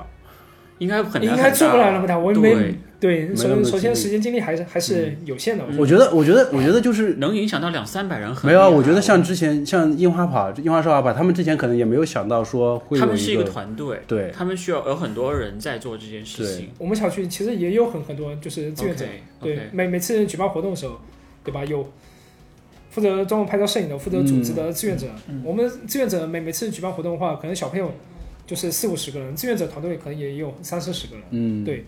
[SPEAKER 2] 应该很难
[SPEAKER 3] 应
[SPEAKER 2] 很
[SPEAKER 3] 该做不
[SPEAKER 2] 大
[SPEAKER 3] 了那么大，我也
[SPEAKER 2] 对
[SPEAKER 3] 没对，
[SPEAKER 1] 没那么
[SPEAKER 3] 首
[SPEAKER 1] 多
[SPEAKER 3] 首
[SPEAKER 1] 精力
[SPEAKER 3] 先
[SPEAKER 1] 嗯
[SPEAKER 3] 时间精力还是还是有限的，我觉得
[SPEAKER 1] 我觉得，我觉得，我觉得就是
[SPEAKER 2] 能影响到两三百人嗯很
[SPEAKER 1] 没有啊。
[SPEAKER 2] 厉害
[SPEAKER 1] 我觉得像之前像樱花跑、樱花少儿跑，他们之前可能也没有想到说会
[SPEAKER 2] 他
[SPEAKER 1] 有
[SPEAKER 2] 们是
[SPEAKER 1] 一
[SPEAKER 2] 一个
[SPEAKER 1] 个
[SPEAKER 2] 团队，
[SPEAKER 1] 对
[SPEAKER 2] 他们需要有很多人在做这件事情。
[SPEAKER 3] 我们小区其实也有很很多就是志愿者
[SPEAKER 2] OK，
[SPEAKER 3] 对，每每次举办活动的时候，对吧？有负责专门拍照摄影的，负责组织
[SPEAKER 1] 嗯
[SPEAKER 3] 的志愿者。我们志愿者每每次举办活动的话，可能小朋友就是四五十个人，志愿者团队可能也有三四十个人。
[SPEAKER 1] 嗯，
[SPEAKER 3] 对，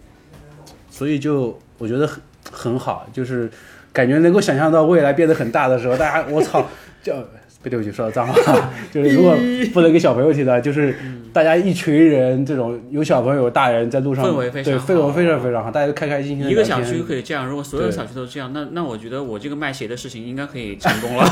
[SPEAKER 1] 所以就我觉得很很好，就是感觉能够想象到未来变得很大的时候，大家我 操，就不对不起说到脏话，就是如果不能给小朋友听
[SPEAKER 3] 嗯
[SPEAKER 1] 到，就是大家一群人这种有小朋友有大人在路上，
[SPEAKER 2] 氛围非常
[SPEAKER 1] 对
[SPEAKER 2] 好
[SPEAKER 1] 氛围非常非常好，大家都开开心心的
[SPEAKER 2] 一个小区可以这样，如果所有
[SPEAKER 1] 对
[SPEAKER 2] 小区都这样，那那我觉得我这个卖鞋的事情应该可以成功 了，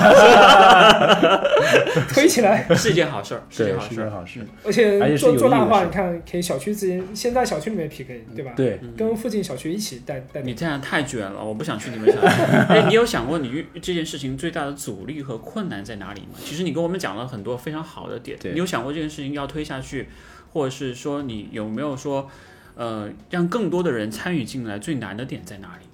[SPEAKER 3] 推起来，
[SPEAKER 2] 是一件好事儿，是一件
[SPEAKER 1] 对
[SPEAKER 2] 好
[SPEAKER 1] 是
[SPEAKER 2] 事
[SPEAKER 1] 件
[SPEAKER 2] 儿。
[SPEAKER 1] 好事，
[SPEAKER 3] 而
[SPEAKER 1] 而且
[SPEAKER 3] 且
[SPEAKER 1] 是有
[SPEAKER 3] 做做
[SPEAKER 1] 意义
[SPEAKER 3] 大
[SPEAKER 1] 的
[SPEAKER 3] 话，
[SPEAKER 1] 事嗯
[SPEAKER 3] 你看可以小区之间，先在小区里面 PK，对吧？
[SPEAKER 1] 对，
[SPEAKER 3] 跟附近小区一起带带
[SPEAKER 2] 嗯你
[SPEAKER 3] 领。
[SPEAKER 2] 这样太卷了，我不想去你们 小区。哎，你有想过你遇这件事情最大的阻力和困难在哪里吗？其实你跟我们讲了很多非常好的点，
[SPEAKER 1] 对
[SPEAKER 2] 你有想过这件事情要推下去，或者是说你有没有说，呃，让更多的人参与进来，最难的点在哪里？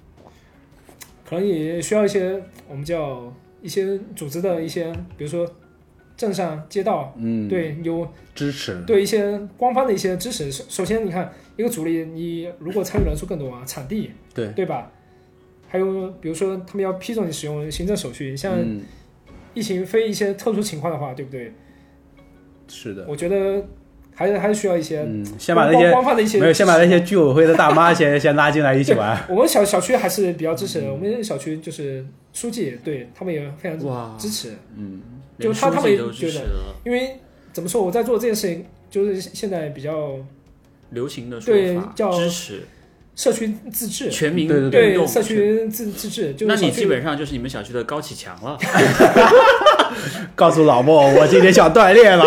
[SPEAKER 3] 可能也需要一些我们叫一些组织的一些，比如说镇上、街道，
[SPEAKER 1] 嗯，，
[SPEAKER 3] 对，有
[SPEAKER 1] 支持，
[SPEAKER 3] 对一些官方的一些支持。首首先，你看一个主力，你如果参与人数更多啊，场地
[SPEAKER 1] 对，
[SPEAKER 3] 对吧？还有比如说他们要批准你使用行政手续，像
[SPEAKER 1] 嗯，
[SPEAKER 3] 疫情非一些特殊情况的话，对不对？
[SPEAKER 1] 是的，
[SPEAKER 3] 我觉得还是还是需要一些
[SPEAKER 1] 嗯，先把那
[SPEAKER 3] 官
[SPEAKER 1] 些
[SPEAKER 3] 官方的一些
[SPEAKER 1] 没有，先把那些居委会的大妈先先拉进来一起 玩，
[SPEAKER 3] 我们小小区还是比较支持的，我们小区就是书记对他们也非常
[SPEAKER 2] 哇，
[SPEAKER 3] 支持，
[SPEAKER 1] 嗯，
[SPEAKER 3] 就
[SPEAKER 2] 连
[SPEAKER 3] 他
[SPEAKER 2] 书
[SPEAKER 3] 他
[SPEAKER 2] 记
[SPEAKER 3] 们也
[SPEAKER 2] 都支
[SPEAKER 3] 觉
[SPEAKER 2] 持
[SPEAKER 3] 得
[SPEAKER 2] 了
[SPEAKER 3] 因为怎么说我在做这件事情，就是现在比较
[SPEAKER 2] 流行的说
[SPEAKER 3] 对
[SPEAKER 2] 法，
[SPEAKER 3] 叫
[SPEAKER 2] 支持
[SPEAKER 3] 社区自治。
[SPEAKER 2] 全民
[SPEAKER 1] 对对
[SPEAKER 2] 运
[SPEAKER 3] 对
[SPEAKER 2] 动
[SPEAKER 3] 社。区自自治，就是
[SPEAKER 2] 那你
[SPEAKER 3] 小区
[SPEAKER 2] 基本上就是你们小区的高启强了，
[SPEAKER 1] 告诉老莫，我今天想锻炼了，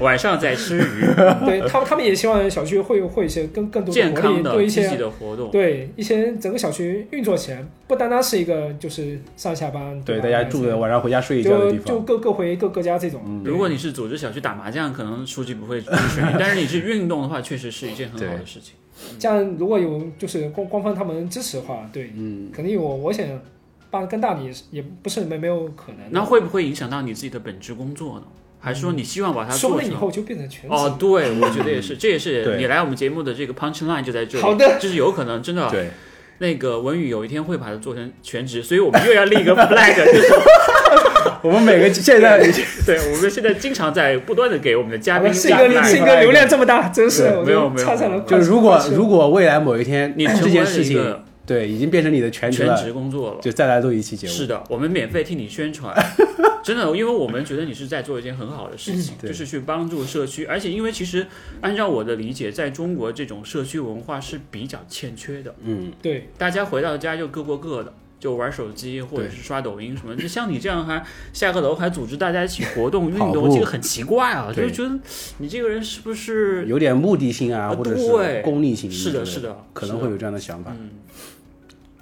[SPEAKER 2] 晚上在吃鱼，
[SPEAKER 3] 对他们，他们也希望小区会会有一些更更多
[SPEAKER 2] 健
[SPEAKER 3] 活力，
[SPEAKER 2] 康的、
[SPEAKER 3] 对一
[SPEAKER 2] 积极
[SPEAKER 3] 些
[SPEAKER 2] 的活动。
[SPEAKER 3] 对一些整个小区运作起来，不单单是一个就是上下班，
[SPEAKER 1] 对，
[SPEAKER 3] 吧
[SPEAKER 1] 大家住的晚上回家睡一觉的
[SPEAKER 3] 就
[SPEAKER 1] 地
[SPEAKER 3] 就
[SPEAKER 1] 方，
[SPEAKER 3] 各各回各各家这种。对
[SPEAKER 2] 如果你是组织小区打麻将，可能书记不会支 持你，但是你是运动的话，确实是一件很好的事情。
[SPEAKER 3] 这样，如果有就是官官方他们支持的话，对，
[SPEAKER 1] 嗯，
[SPEAKER 3] 肯定我我想办更大的也是也不是没没有可能的。
[SPEAKER 2] 那会不会影响到你自己的本职工作呢？还是说你希望把它
[SPEAKER 3] 说
[SPEAKER 2] 做
[SPEAKER 3] 了以
[SPEAKER 2] 成？
[SPEAKER 3] 后嗯就变成全
[SPEAKER 2] 哦，
[SPEAKER 3] 职。
[SPEAKER 2] 对，我觉得 也是，这也是
[SPEAKER 1] 对
[SPEAKER 2] 你来我们节目的这个 punch line 就在这里。
[SPEAKER 3] 好的，
[SPEAKER 2] 这是有可能真的。
[SPEAKER 1] 对，
[SPEAKER 2] 那个文宇有一天会把它做成全职，所以我们又要立一 个 flag，就是
[SPEAKER 1] 我们每个现在
[SPEAKER 2] 对我们现在经常在不断的给我们的嘉宾
[SPEAKER 3] 信
[SPEAKER 2] 加
[SPEAKER 3] 哥，信
[SPEAKER 2] flag。
[SPEAKER 3] 哥流量这么大，真是
[SPEAKER 1] 对
[SPEAKER 3] 我
[SPEAKER 2] 没有
[SPEAKER 3] 都
[SPEAKER 2] 没有
[SPEAKER 3] 差点能
[SPEAKER 1] 就是如果
[SPEAKER 3] 快
[SPEAKER 1] 如果未来某一天
[SPEAKER 2] 你
[SPEAKER 1] 哎这
[SPEAKER 2] 成为
[SPEAKER 1] 件
[SPEAKER 2] 了
[SPEAKER 1] 事
[SPEAKER 2] 一
[SPEAKER 1] 情
[SPEAKER 2] 个
[SPEAKER 1] 对已经变成你的全职
[SPEAKER 2] 全
[SPEAKER 1] 了，
[SPEAKER 2] 职工作了。
[SPEAKER 1] 就再来录一期节目。
[SPEAKER 2] 是的，我们免费替你宣 传，真的，因为我们觉得你是在做一件很好的事情，
[SPEAKER 1] 嗯对
[SPEAKER 2] 就是去帮助社区。而且，因为其实按照我的理解，在中国这种社区文化是比较欠缺的，
[SPEAKER 1] 嗯，
[SPEAKER 3] 对
[SPEAKER 2] 大家回到家就各过各的。就玩手机或者是刷抖音什么，就像你这样还下个楼还组织大家一起 活动运
[SPEAKER 1] 跑
[SPEAKER 2] 动，
[SPEAKER 1] 步
[SPEAKER 2] 这个很奇怪啊！就
[SPEAKER 1] 对
[SPEAKER 2] 是觉得你这个人是不是？
[SPEAKER 1] 有点目的性啊，
[SPEAKER 2] 啊
[SPEAKER 1] 或者
[SPEAKER 2] 对
[SPEAKER 1] 是功利性，
[SPEAKER 2] 是的，是，的，
[SPEAKER 1] 可能
[SPEAKER 2] 是的
[SPEAKER 1] 会有这样的想法。
[SPEAKER 2] 嗯，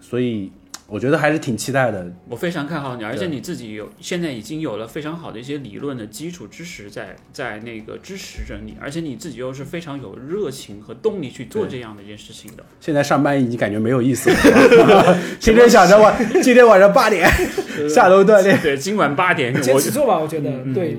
[SPEAKER 1] 所以我觉得还是挺期待的。
[SPEAKER 2] 我非常看好你，而且
[SPEAKER 1] 对
[SPEAKER 2] 你自己有现在已经有了非常好的一些理论的基础知识在在那个支持着你，而且你自己又是非常有热情和动力去做
[SPEAKER 1] 对
[SPEAKER 2] 这样的一件事情的。
[SPEAKER 1] 现在上班已经感觉没有意思 了，天天想着晚今天晚上八点下楼锻炼。
[SPEAKER 2] 对，今晚八点
[SPEAKER 3] 坚
[SPEAKER 2] 我
[SPEAKER 3] 持做吧，我觉得
[SPEAKER 2] 嗯
[SPEAKER 3] 对，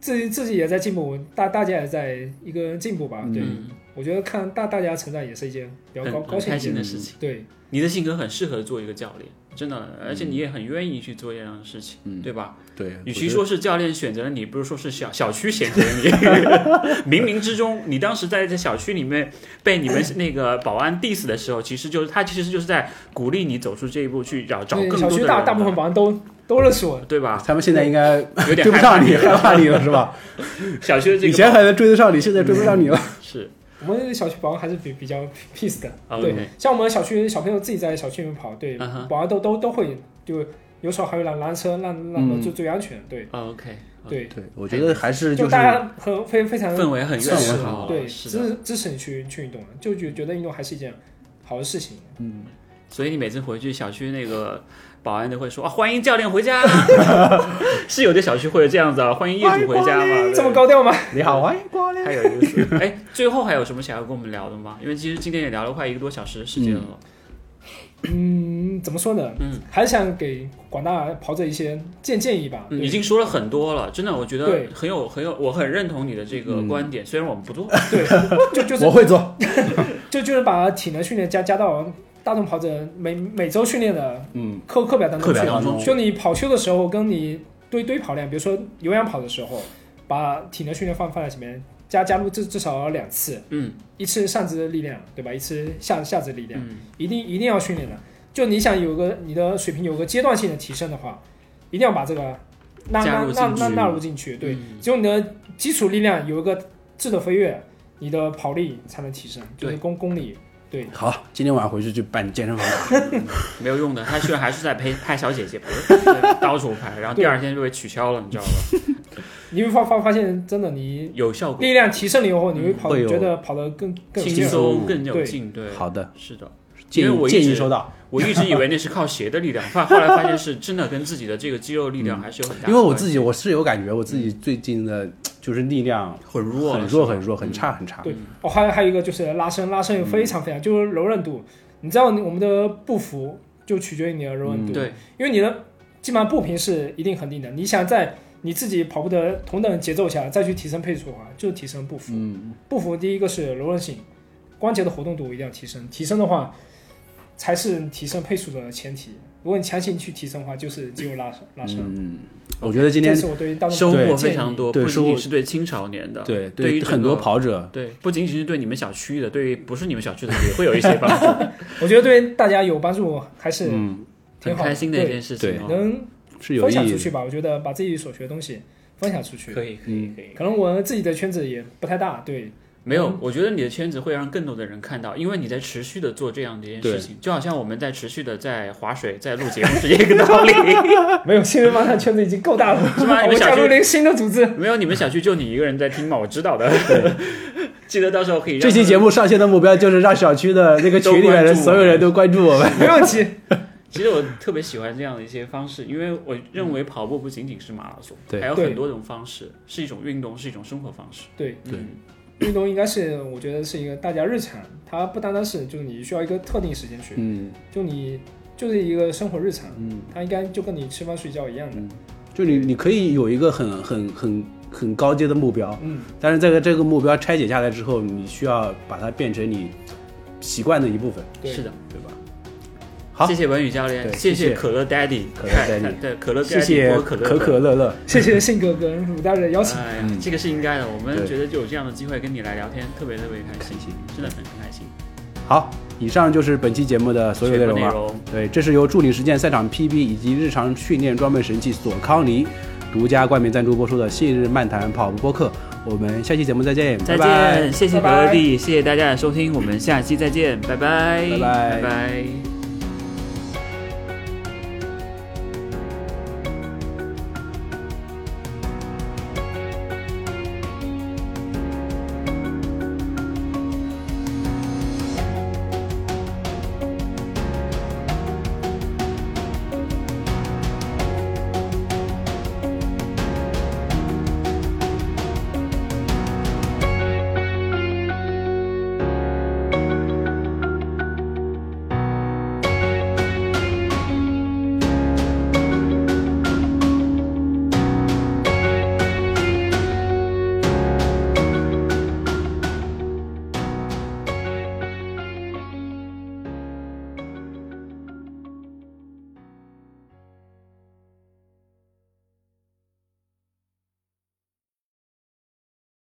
[SPEAKER 3] 自己自己也在进步，大大家也在一个进步吧。对，
[SPEAKER 2] 嗯，
[SPEAKER 3] 我觉得看大大家成长也是一件比较高
[SPEAKER 2] 很
[SPEAKER 3] 高
[SPEAKER 2] 很
[SPEAKER 3] 兴
[SPEAKER 2] 开
[SPEAKER 3] 的
[SPEAKER 2] 心
[SPEAKER 3] 事。
[SPEAKER 2] 的事情。
[SPEAKER 3] 对，
[SPEAKER 2] 你的性格很适合做一个教练，真的，而
[SPEAKER 3] 嗯
[SPEAKER 2] 且你也很愿意去做这样的事情，对吧？
[SPEAKER 1] 对，
[SPEAKER 2] 与
[SPEAKER 1] 我觉
[SPEAKER 2] 其说是教练选择了你，不如说是小小区选择了 你。冥冥之中，你当时在这小区里面被你们那个保安 diss 的时候，其实就是他其实就是在鼓励你走出这一步，去找找
[SPEAKER 3] 对
[SPEAKER 2] 更多
[SPEAKER 3] 小
[SPEAKER 2] 的
[SPEAKER 3] 区
[SPEAKER 2] 人
[SPEAKER 3] 大大部分保安都都认识我，
[SPEAKER 2] 对
[SPEAKER 1] 得
[SPEAKER 2] 吧？
[SPEAKER 1] 他们现在应该
[SPEAKER 2] 有点
[SPEAKER 1] 追不
[SPEAKER 2] 害怕
[SPEAKER 1] 上你， 害怕你了是吧？
[SPEAKER 2] 小区的这个
[SPEAKER 1] 以前还能追得上你，现在追不上你了。
[SPEAKER 2] 是
[SPEAKER 3] 我们小区保安还是比比较 peace 的。
[SPEAKER 2] 啊
[SPEAKER 3] 对
[SPEAKER 2] OK
[SPEAKER 3] 像我们小区小朋友自己在小区里面跑，对，
[SPEAKER 2] 嗯哼
[SPEAKER 3] 保安都都都会，就有时候还会拦拦车，让让
[SPEAKER 1] 嗯
[SPEAKER 3] 注注意安全。对
[SPEAKER 2] 哦 OK，
[SPEAKER 3] 对，
[SPEAKER 1] 对，我觉得还是
[SPEAKER 3] 就是大家很非非常
[SPEAKER 2] 氛围很
[SPEAKER 3] 支
[SPEAKER 2] 热
[SPEAKER 3] 持
[SPEAKER 1] 很
[SPEAKER 2] 好，
[SPEAKER 3] 对，
[SPEAKER 2] 是的。
[SPEAKER 3] 支支持你去去运动，就觉觉得运动还是一件好的事情。
[SPEAKER 2] 所以你每次回去小区那个保安都会说啊，欢迎教练回家， 是有的小区会有这样子啊，欢迎业主回家嘛，对
[SPEAKER 3] 这么高调吗？
[SPEAKER 1] 你好，欢迎光临。
[SPEAKER 2] 太有意 思了。哎，最后还有什么想要跟我们聊的吗？因为其实今天也聊了快一个多小时的时间了。
[SPEAKER 3] 嗯，怎么说呢？
[SPEAKER 2] 嗯，
[SPEAKER 3] 还是想给广大跑者一些建建议吧。
[SPEAKER 2] 嗯
[SPEAKER 3] 对
[SPEAKER 2] 已经说了很多了，真的，我觉得
[SPEAKER 3] 对
[SPEAKER 2] 很有很有，我很认同你的这个观
[SPEAKER 3] 嗯
[SPEAKER 2] 点。虽然我们不做，
[SPEAKER 3] 对，就就是
[SPEAKER 1] 我会做，
[SPEAKER 3] 就就是把体能训练加加到大众跑者每每周训练的
[SPEAKER 1] 嗯，
[SPEAKER 3] 课课表当中
[SPEAKER 1] 课
[SPEAKER 3] 去啊
[SPEAKER 1] 表。
[SPEAKER 2] 当
[SPEAKER 1] 当中
[SPEAKER 2] 中
[SPEAKER 3] 就你跑休的时候，跟你堆堆跑量，比如说有氧跑的时候，把体能训练放放在前面，加加入至至少两次，
[SPEAKER 2] 嗯
[SPEAKER 3] 一次上肢力量，对吧？一次下下肢力量，
[SPEAKER 2] 嗯，
[SPEAKER 3] 一定一定要训练的。就你想有个你的水平有个阶段性的提升的话，一定要把这个纳
[SPEAKER 2] 加
[SPEAKER 3] 纳
[SPEAKER 2] 入
[SPEAKER 3] 纳
[SPEAKER 2] 进
[SPEAKER 3] 纳
[SPEAKER 2] 去
[SPEAKER 3] 纳入进去。对，
[SPEAKER 2] 嗯
[SPEAKER 3] 只有你的基础力量有一个质的飞跃，你的跑力才能提升，就是
[SPEAKER 2] 对
[SPEAKER 3] 功功力。对，
[SPEAKER 1] 好，今天晚上回去去办健身房。
[SPEAKER 2] 嗯没有用的，他居然还是在拍拍小姐姐，到处拍，然后第二天就被取消了，你知道吧？
[SPEAKER 3] 你会发发发现，真的你
[SPEAKER 2] 有效果，
[SPEAKER 3] 力量提升了以后，你会跑，
[SPEAKER 1] 会有
[SPEAKER 3] 觉得跑得更更有
[SPEAKER 2] 轻
[SPEAKER 3] 劲儿
[SPEAKER 2] 松
[SPEAKER 1] 松
[SPEAKER 2] 更有
[SPEAKER 3] 对
[SPEAKER 2] 劲，对，
[SPEAKER 1] 好的，
[SPEAKER 2] 是的。因
[SPEAKER 1] 建
[SPEAKER 2] 为我
[SPEAKER 1] 议
[SPEAKER 2] 一
[SPEAKER 1] 建
[SPEAKER 2] 直
[SPEAKER 1] 议收到，
[SPEAKER 2] 我一直以为那是靠鞋的力量，发后来发现是真的跟自己的这个肌肉力
[SPEAKER 3] 嗯
[SPEAKER 2] 量还是有很大的关
[SPEAKER 1] 因
[SPEAKER 2] 系。
[SPEAKER 1] 为我自己我是有感觉，我自己最近的就是力量
[SPEAKER 2] 很弱，
[SPEAKER 1] 很弱
[SPEAKER 2] 是吧
[SPEAKER 1] 很弱，很差很差。
[SPEAKER 3] 对，哦，还有还有一个就是拉伸，拉伸有非常非
[SPEAKER 2] 嗯
[SPEAKER 3] 常、就是柔韧度。你知道我们的步幅就取决于你的柔韧度，
[SPEAKER 2] 嗯对，
[SPEAKER 3] 因为你的基本上步频是一定恒定的。你想在你自己跑步的同等节奏下再去提升配速的话，就提升步幅。
[SPEAKER 1] 嗯，
[SPEAKER 3] 步幅第一个是柔韧性，关节的活动度一定要提升，提升的话才是提升配速的前提。如果你强行去提升的话，就是肌肉拉伸拉伸。
[SPEAKER 1] 嗯，我觉得今
[SPEAKER 3] 这
[SPEAKER 1] 天
[SPEAKER 3] 是我对于大众
[SPEAKER 2] 收
[SPEAKER 3] 跑者
[SPEAKER 2] 获
[SPEAKER 3] 的
[SPEAKER 2] 非
[SPEAKER 3] 建
[SPEAKER 2] 常
[SPEAKER 3] 议。
[SPEAKER 2] 多，
[SPEAKER 1] 对
[SPEAKER 2] 不
[SPEAKER 1] 收
[SPEAKER 2] 仅
[SPEAKER 1] 获
[SPEAKER 2] 仅是对青少年的，
[SPEAKER 1] 对
[SPEAKER 2] 对于
[SPEAKER 1] 于
[SPEAKER 2] 整
[SPEAKER 1] 很多
[SPEAKER 2] 个
[SPEAKER 1] 跑者，
[SPEAKER 2] 对，不仅仅是对你们小区的，对于不是你们小 区的也会有一些帮助，
[SPEAKER 3] 我觉得对大家有帮助，还是
[SPEAKER 1] 嗯，
[SPEAKER 3] 挺
[SPEAKER 2] 很
[SPEAKER 3] 好
[SPEAKER 2] 开心的一
[SPEAKER 3] 对
[SPEAKER 2] 件事情
[SPEAKER 1] 对
[SPEAKER 2] 哦。
[SPEAKER 3] 能
[SPEAKER 1] 是有
[SPEAKER 3] 分
[SPEAKER 1] 意
[SPEAKER 3] 享出
[SPEAKER 1] 义
[SPEAKER 3] 去
[SPEAKER 1] 的。
[SPEAKER 3] 吧。我觉得把自己所学的东西分享出去，
[SPEAKER 2] 可以可以可以，
[SPEAKER 3] 可能我自己的圈子也不太大，对，
[SPEAKER 2] 没有，我觉得你的圈子会让更多的人看到，因为你在持续的做这样的一件事情，就好像我们在持续的在划水，在录节目是一个 道理。
[SPEAKER 3] 没有新闻方向圈子已经够大了，
[SPEAKER 2] 是吗你
[SPEAKER 3] 我
[SPEAKER 2] 们
[SPEAKER 3] 们
[SPEAKER 2] 小
[SPEAKER 3] 加入
[SPEAKER 2] 区
[SPEAKER 3] 了一个新的组织，
[SPEAKER 2] 没有，你们小区就你一个人在听嘛，我知道的。 记得到时候可以让
[SPEAKER 1] 这期节目上线的目标就是让小区的那个群里面的所有人都关注我们。
[SPEAKER 3] 没问题。
[SPEAKER 2] 其实我特别喜欢这样的一些方式，因为我认为跑步不仅仅是马拉松，
[SPEAKER 1] 对
[SPEAKER 2] 还有
[SPEAKER 3] 对
[SPEAKER 2] 很多种方式，是一种运动，是一种生活方式。
[SPEAKER 3] 对，
[SPEAKER 1] 对
[SPEAKER 2] 嗯
[SPEAKER 3] 运动应该是我觉得是一个大家日常，它不单单是就是你需要一个特定时间去，
[SPEAKER 1] 嗯
[SPEAKER 3] 就你就是一个生活日常，
[SPEAKER 1] 嗯，
[SPEAKER 3] 它应该就跟你吃饭睡觉一样的。
[SPEAKER 1] 就你你可以有一个很很很很高阶的目标，
[SPEAKER 3] 嗯，
[SPEAKER 1] 但是这个这个目标拆解下来之后，你需要把它变成你习惯的一部分。
[SPEAKER 3] 对
[SPEAKER 2] 是的，
[SPEAKER 1] 对吧？好
[SPEAKER 2] 谢谢文宇教练，
[SPEAKER 1] 对
[SPEAKER 2] 谢
[SPEAKER 1] 谢谢
[SPEAKER 2] 可乐 daddy，
[SPEAKER 1] 可乐 daddy
[SPEAKER 2] 看对可乐 daddy，
[SPEAKER 1] 谢谢
[SPEAKER 2] 或者
[SPEAKER 1] 可
[SPEAKER 2] 乐
[SPEAKER 1] 可乐乐，
[SPEAKER 3] 谢谢信哥跟鲁大人的邀请，
[SPEAKER 2] 哎呀
[SPEAKER 1] 嗯，
[SPEAKER 2] 这个是应该的。我们
[SPEAKER 1] 对
[SPEAKER 2] 觉得就有这样的机会跟你来聊天，特别特别开心
[SPEAKER 1] 开心，
[SPEAKER 2] 真的很开心。
[SPEAKER 1] 好，以上就是本期节目的所有内
[SPEAKER 2] 全部
[SPEAKER 1] 容
[SPEAKER 2] 内
[SPEAKER 1] 了。
[SPEAKER 2] 容，
[SPEAKER 1] 对，这是由助理实践赛场 PB 以及日常训练装备神器索康尼独家冠名赞助播出的《信日漫谈跑步播客》，我们下期节目再见，
[SPEAKER 2] 再
[SPEAKER 1] 拜拜
[SPEAKER 2] 见，谢谢可
[SPEAKER 3] 拜拜
[SPEAKER 2] 乐弟，谢谢大家的收听，我们下期再见，拜拜，
[SPEAKER 1] 拜拜
[SPEAKER 2] 拜拜。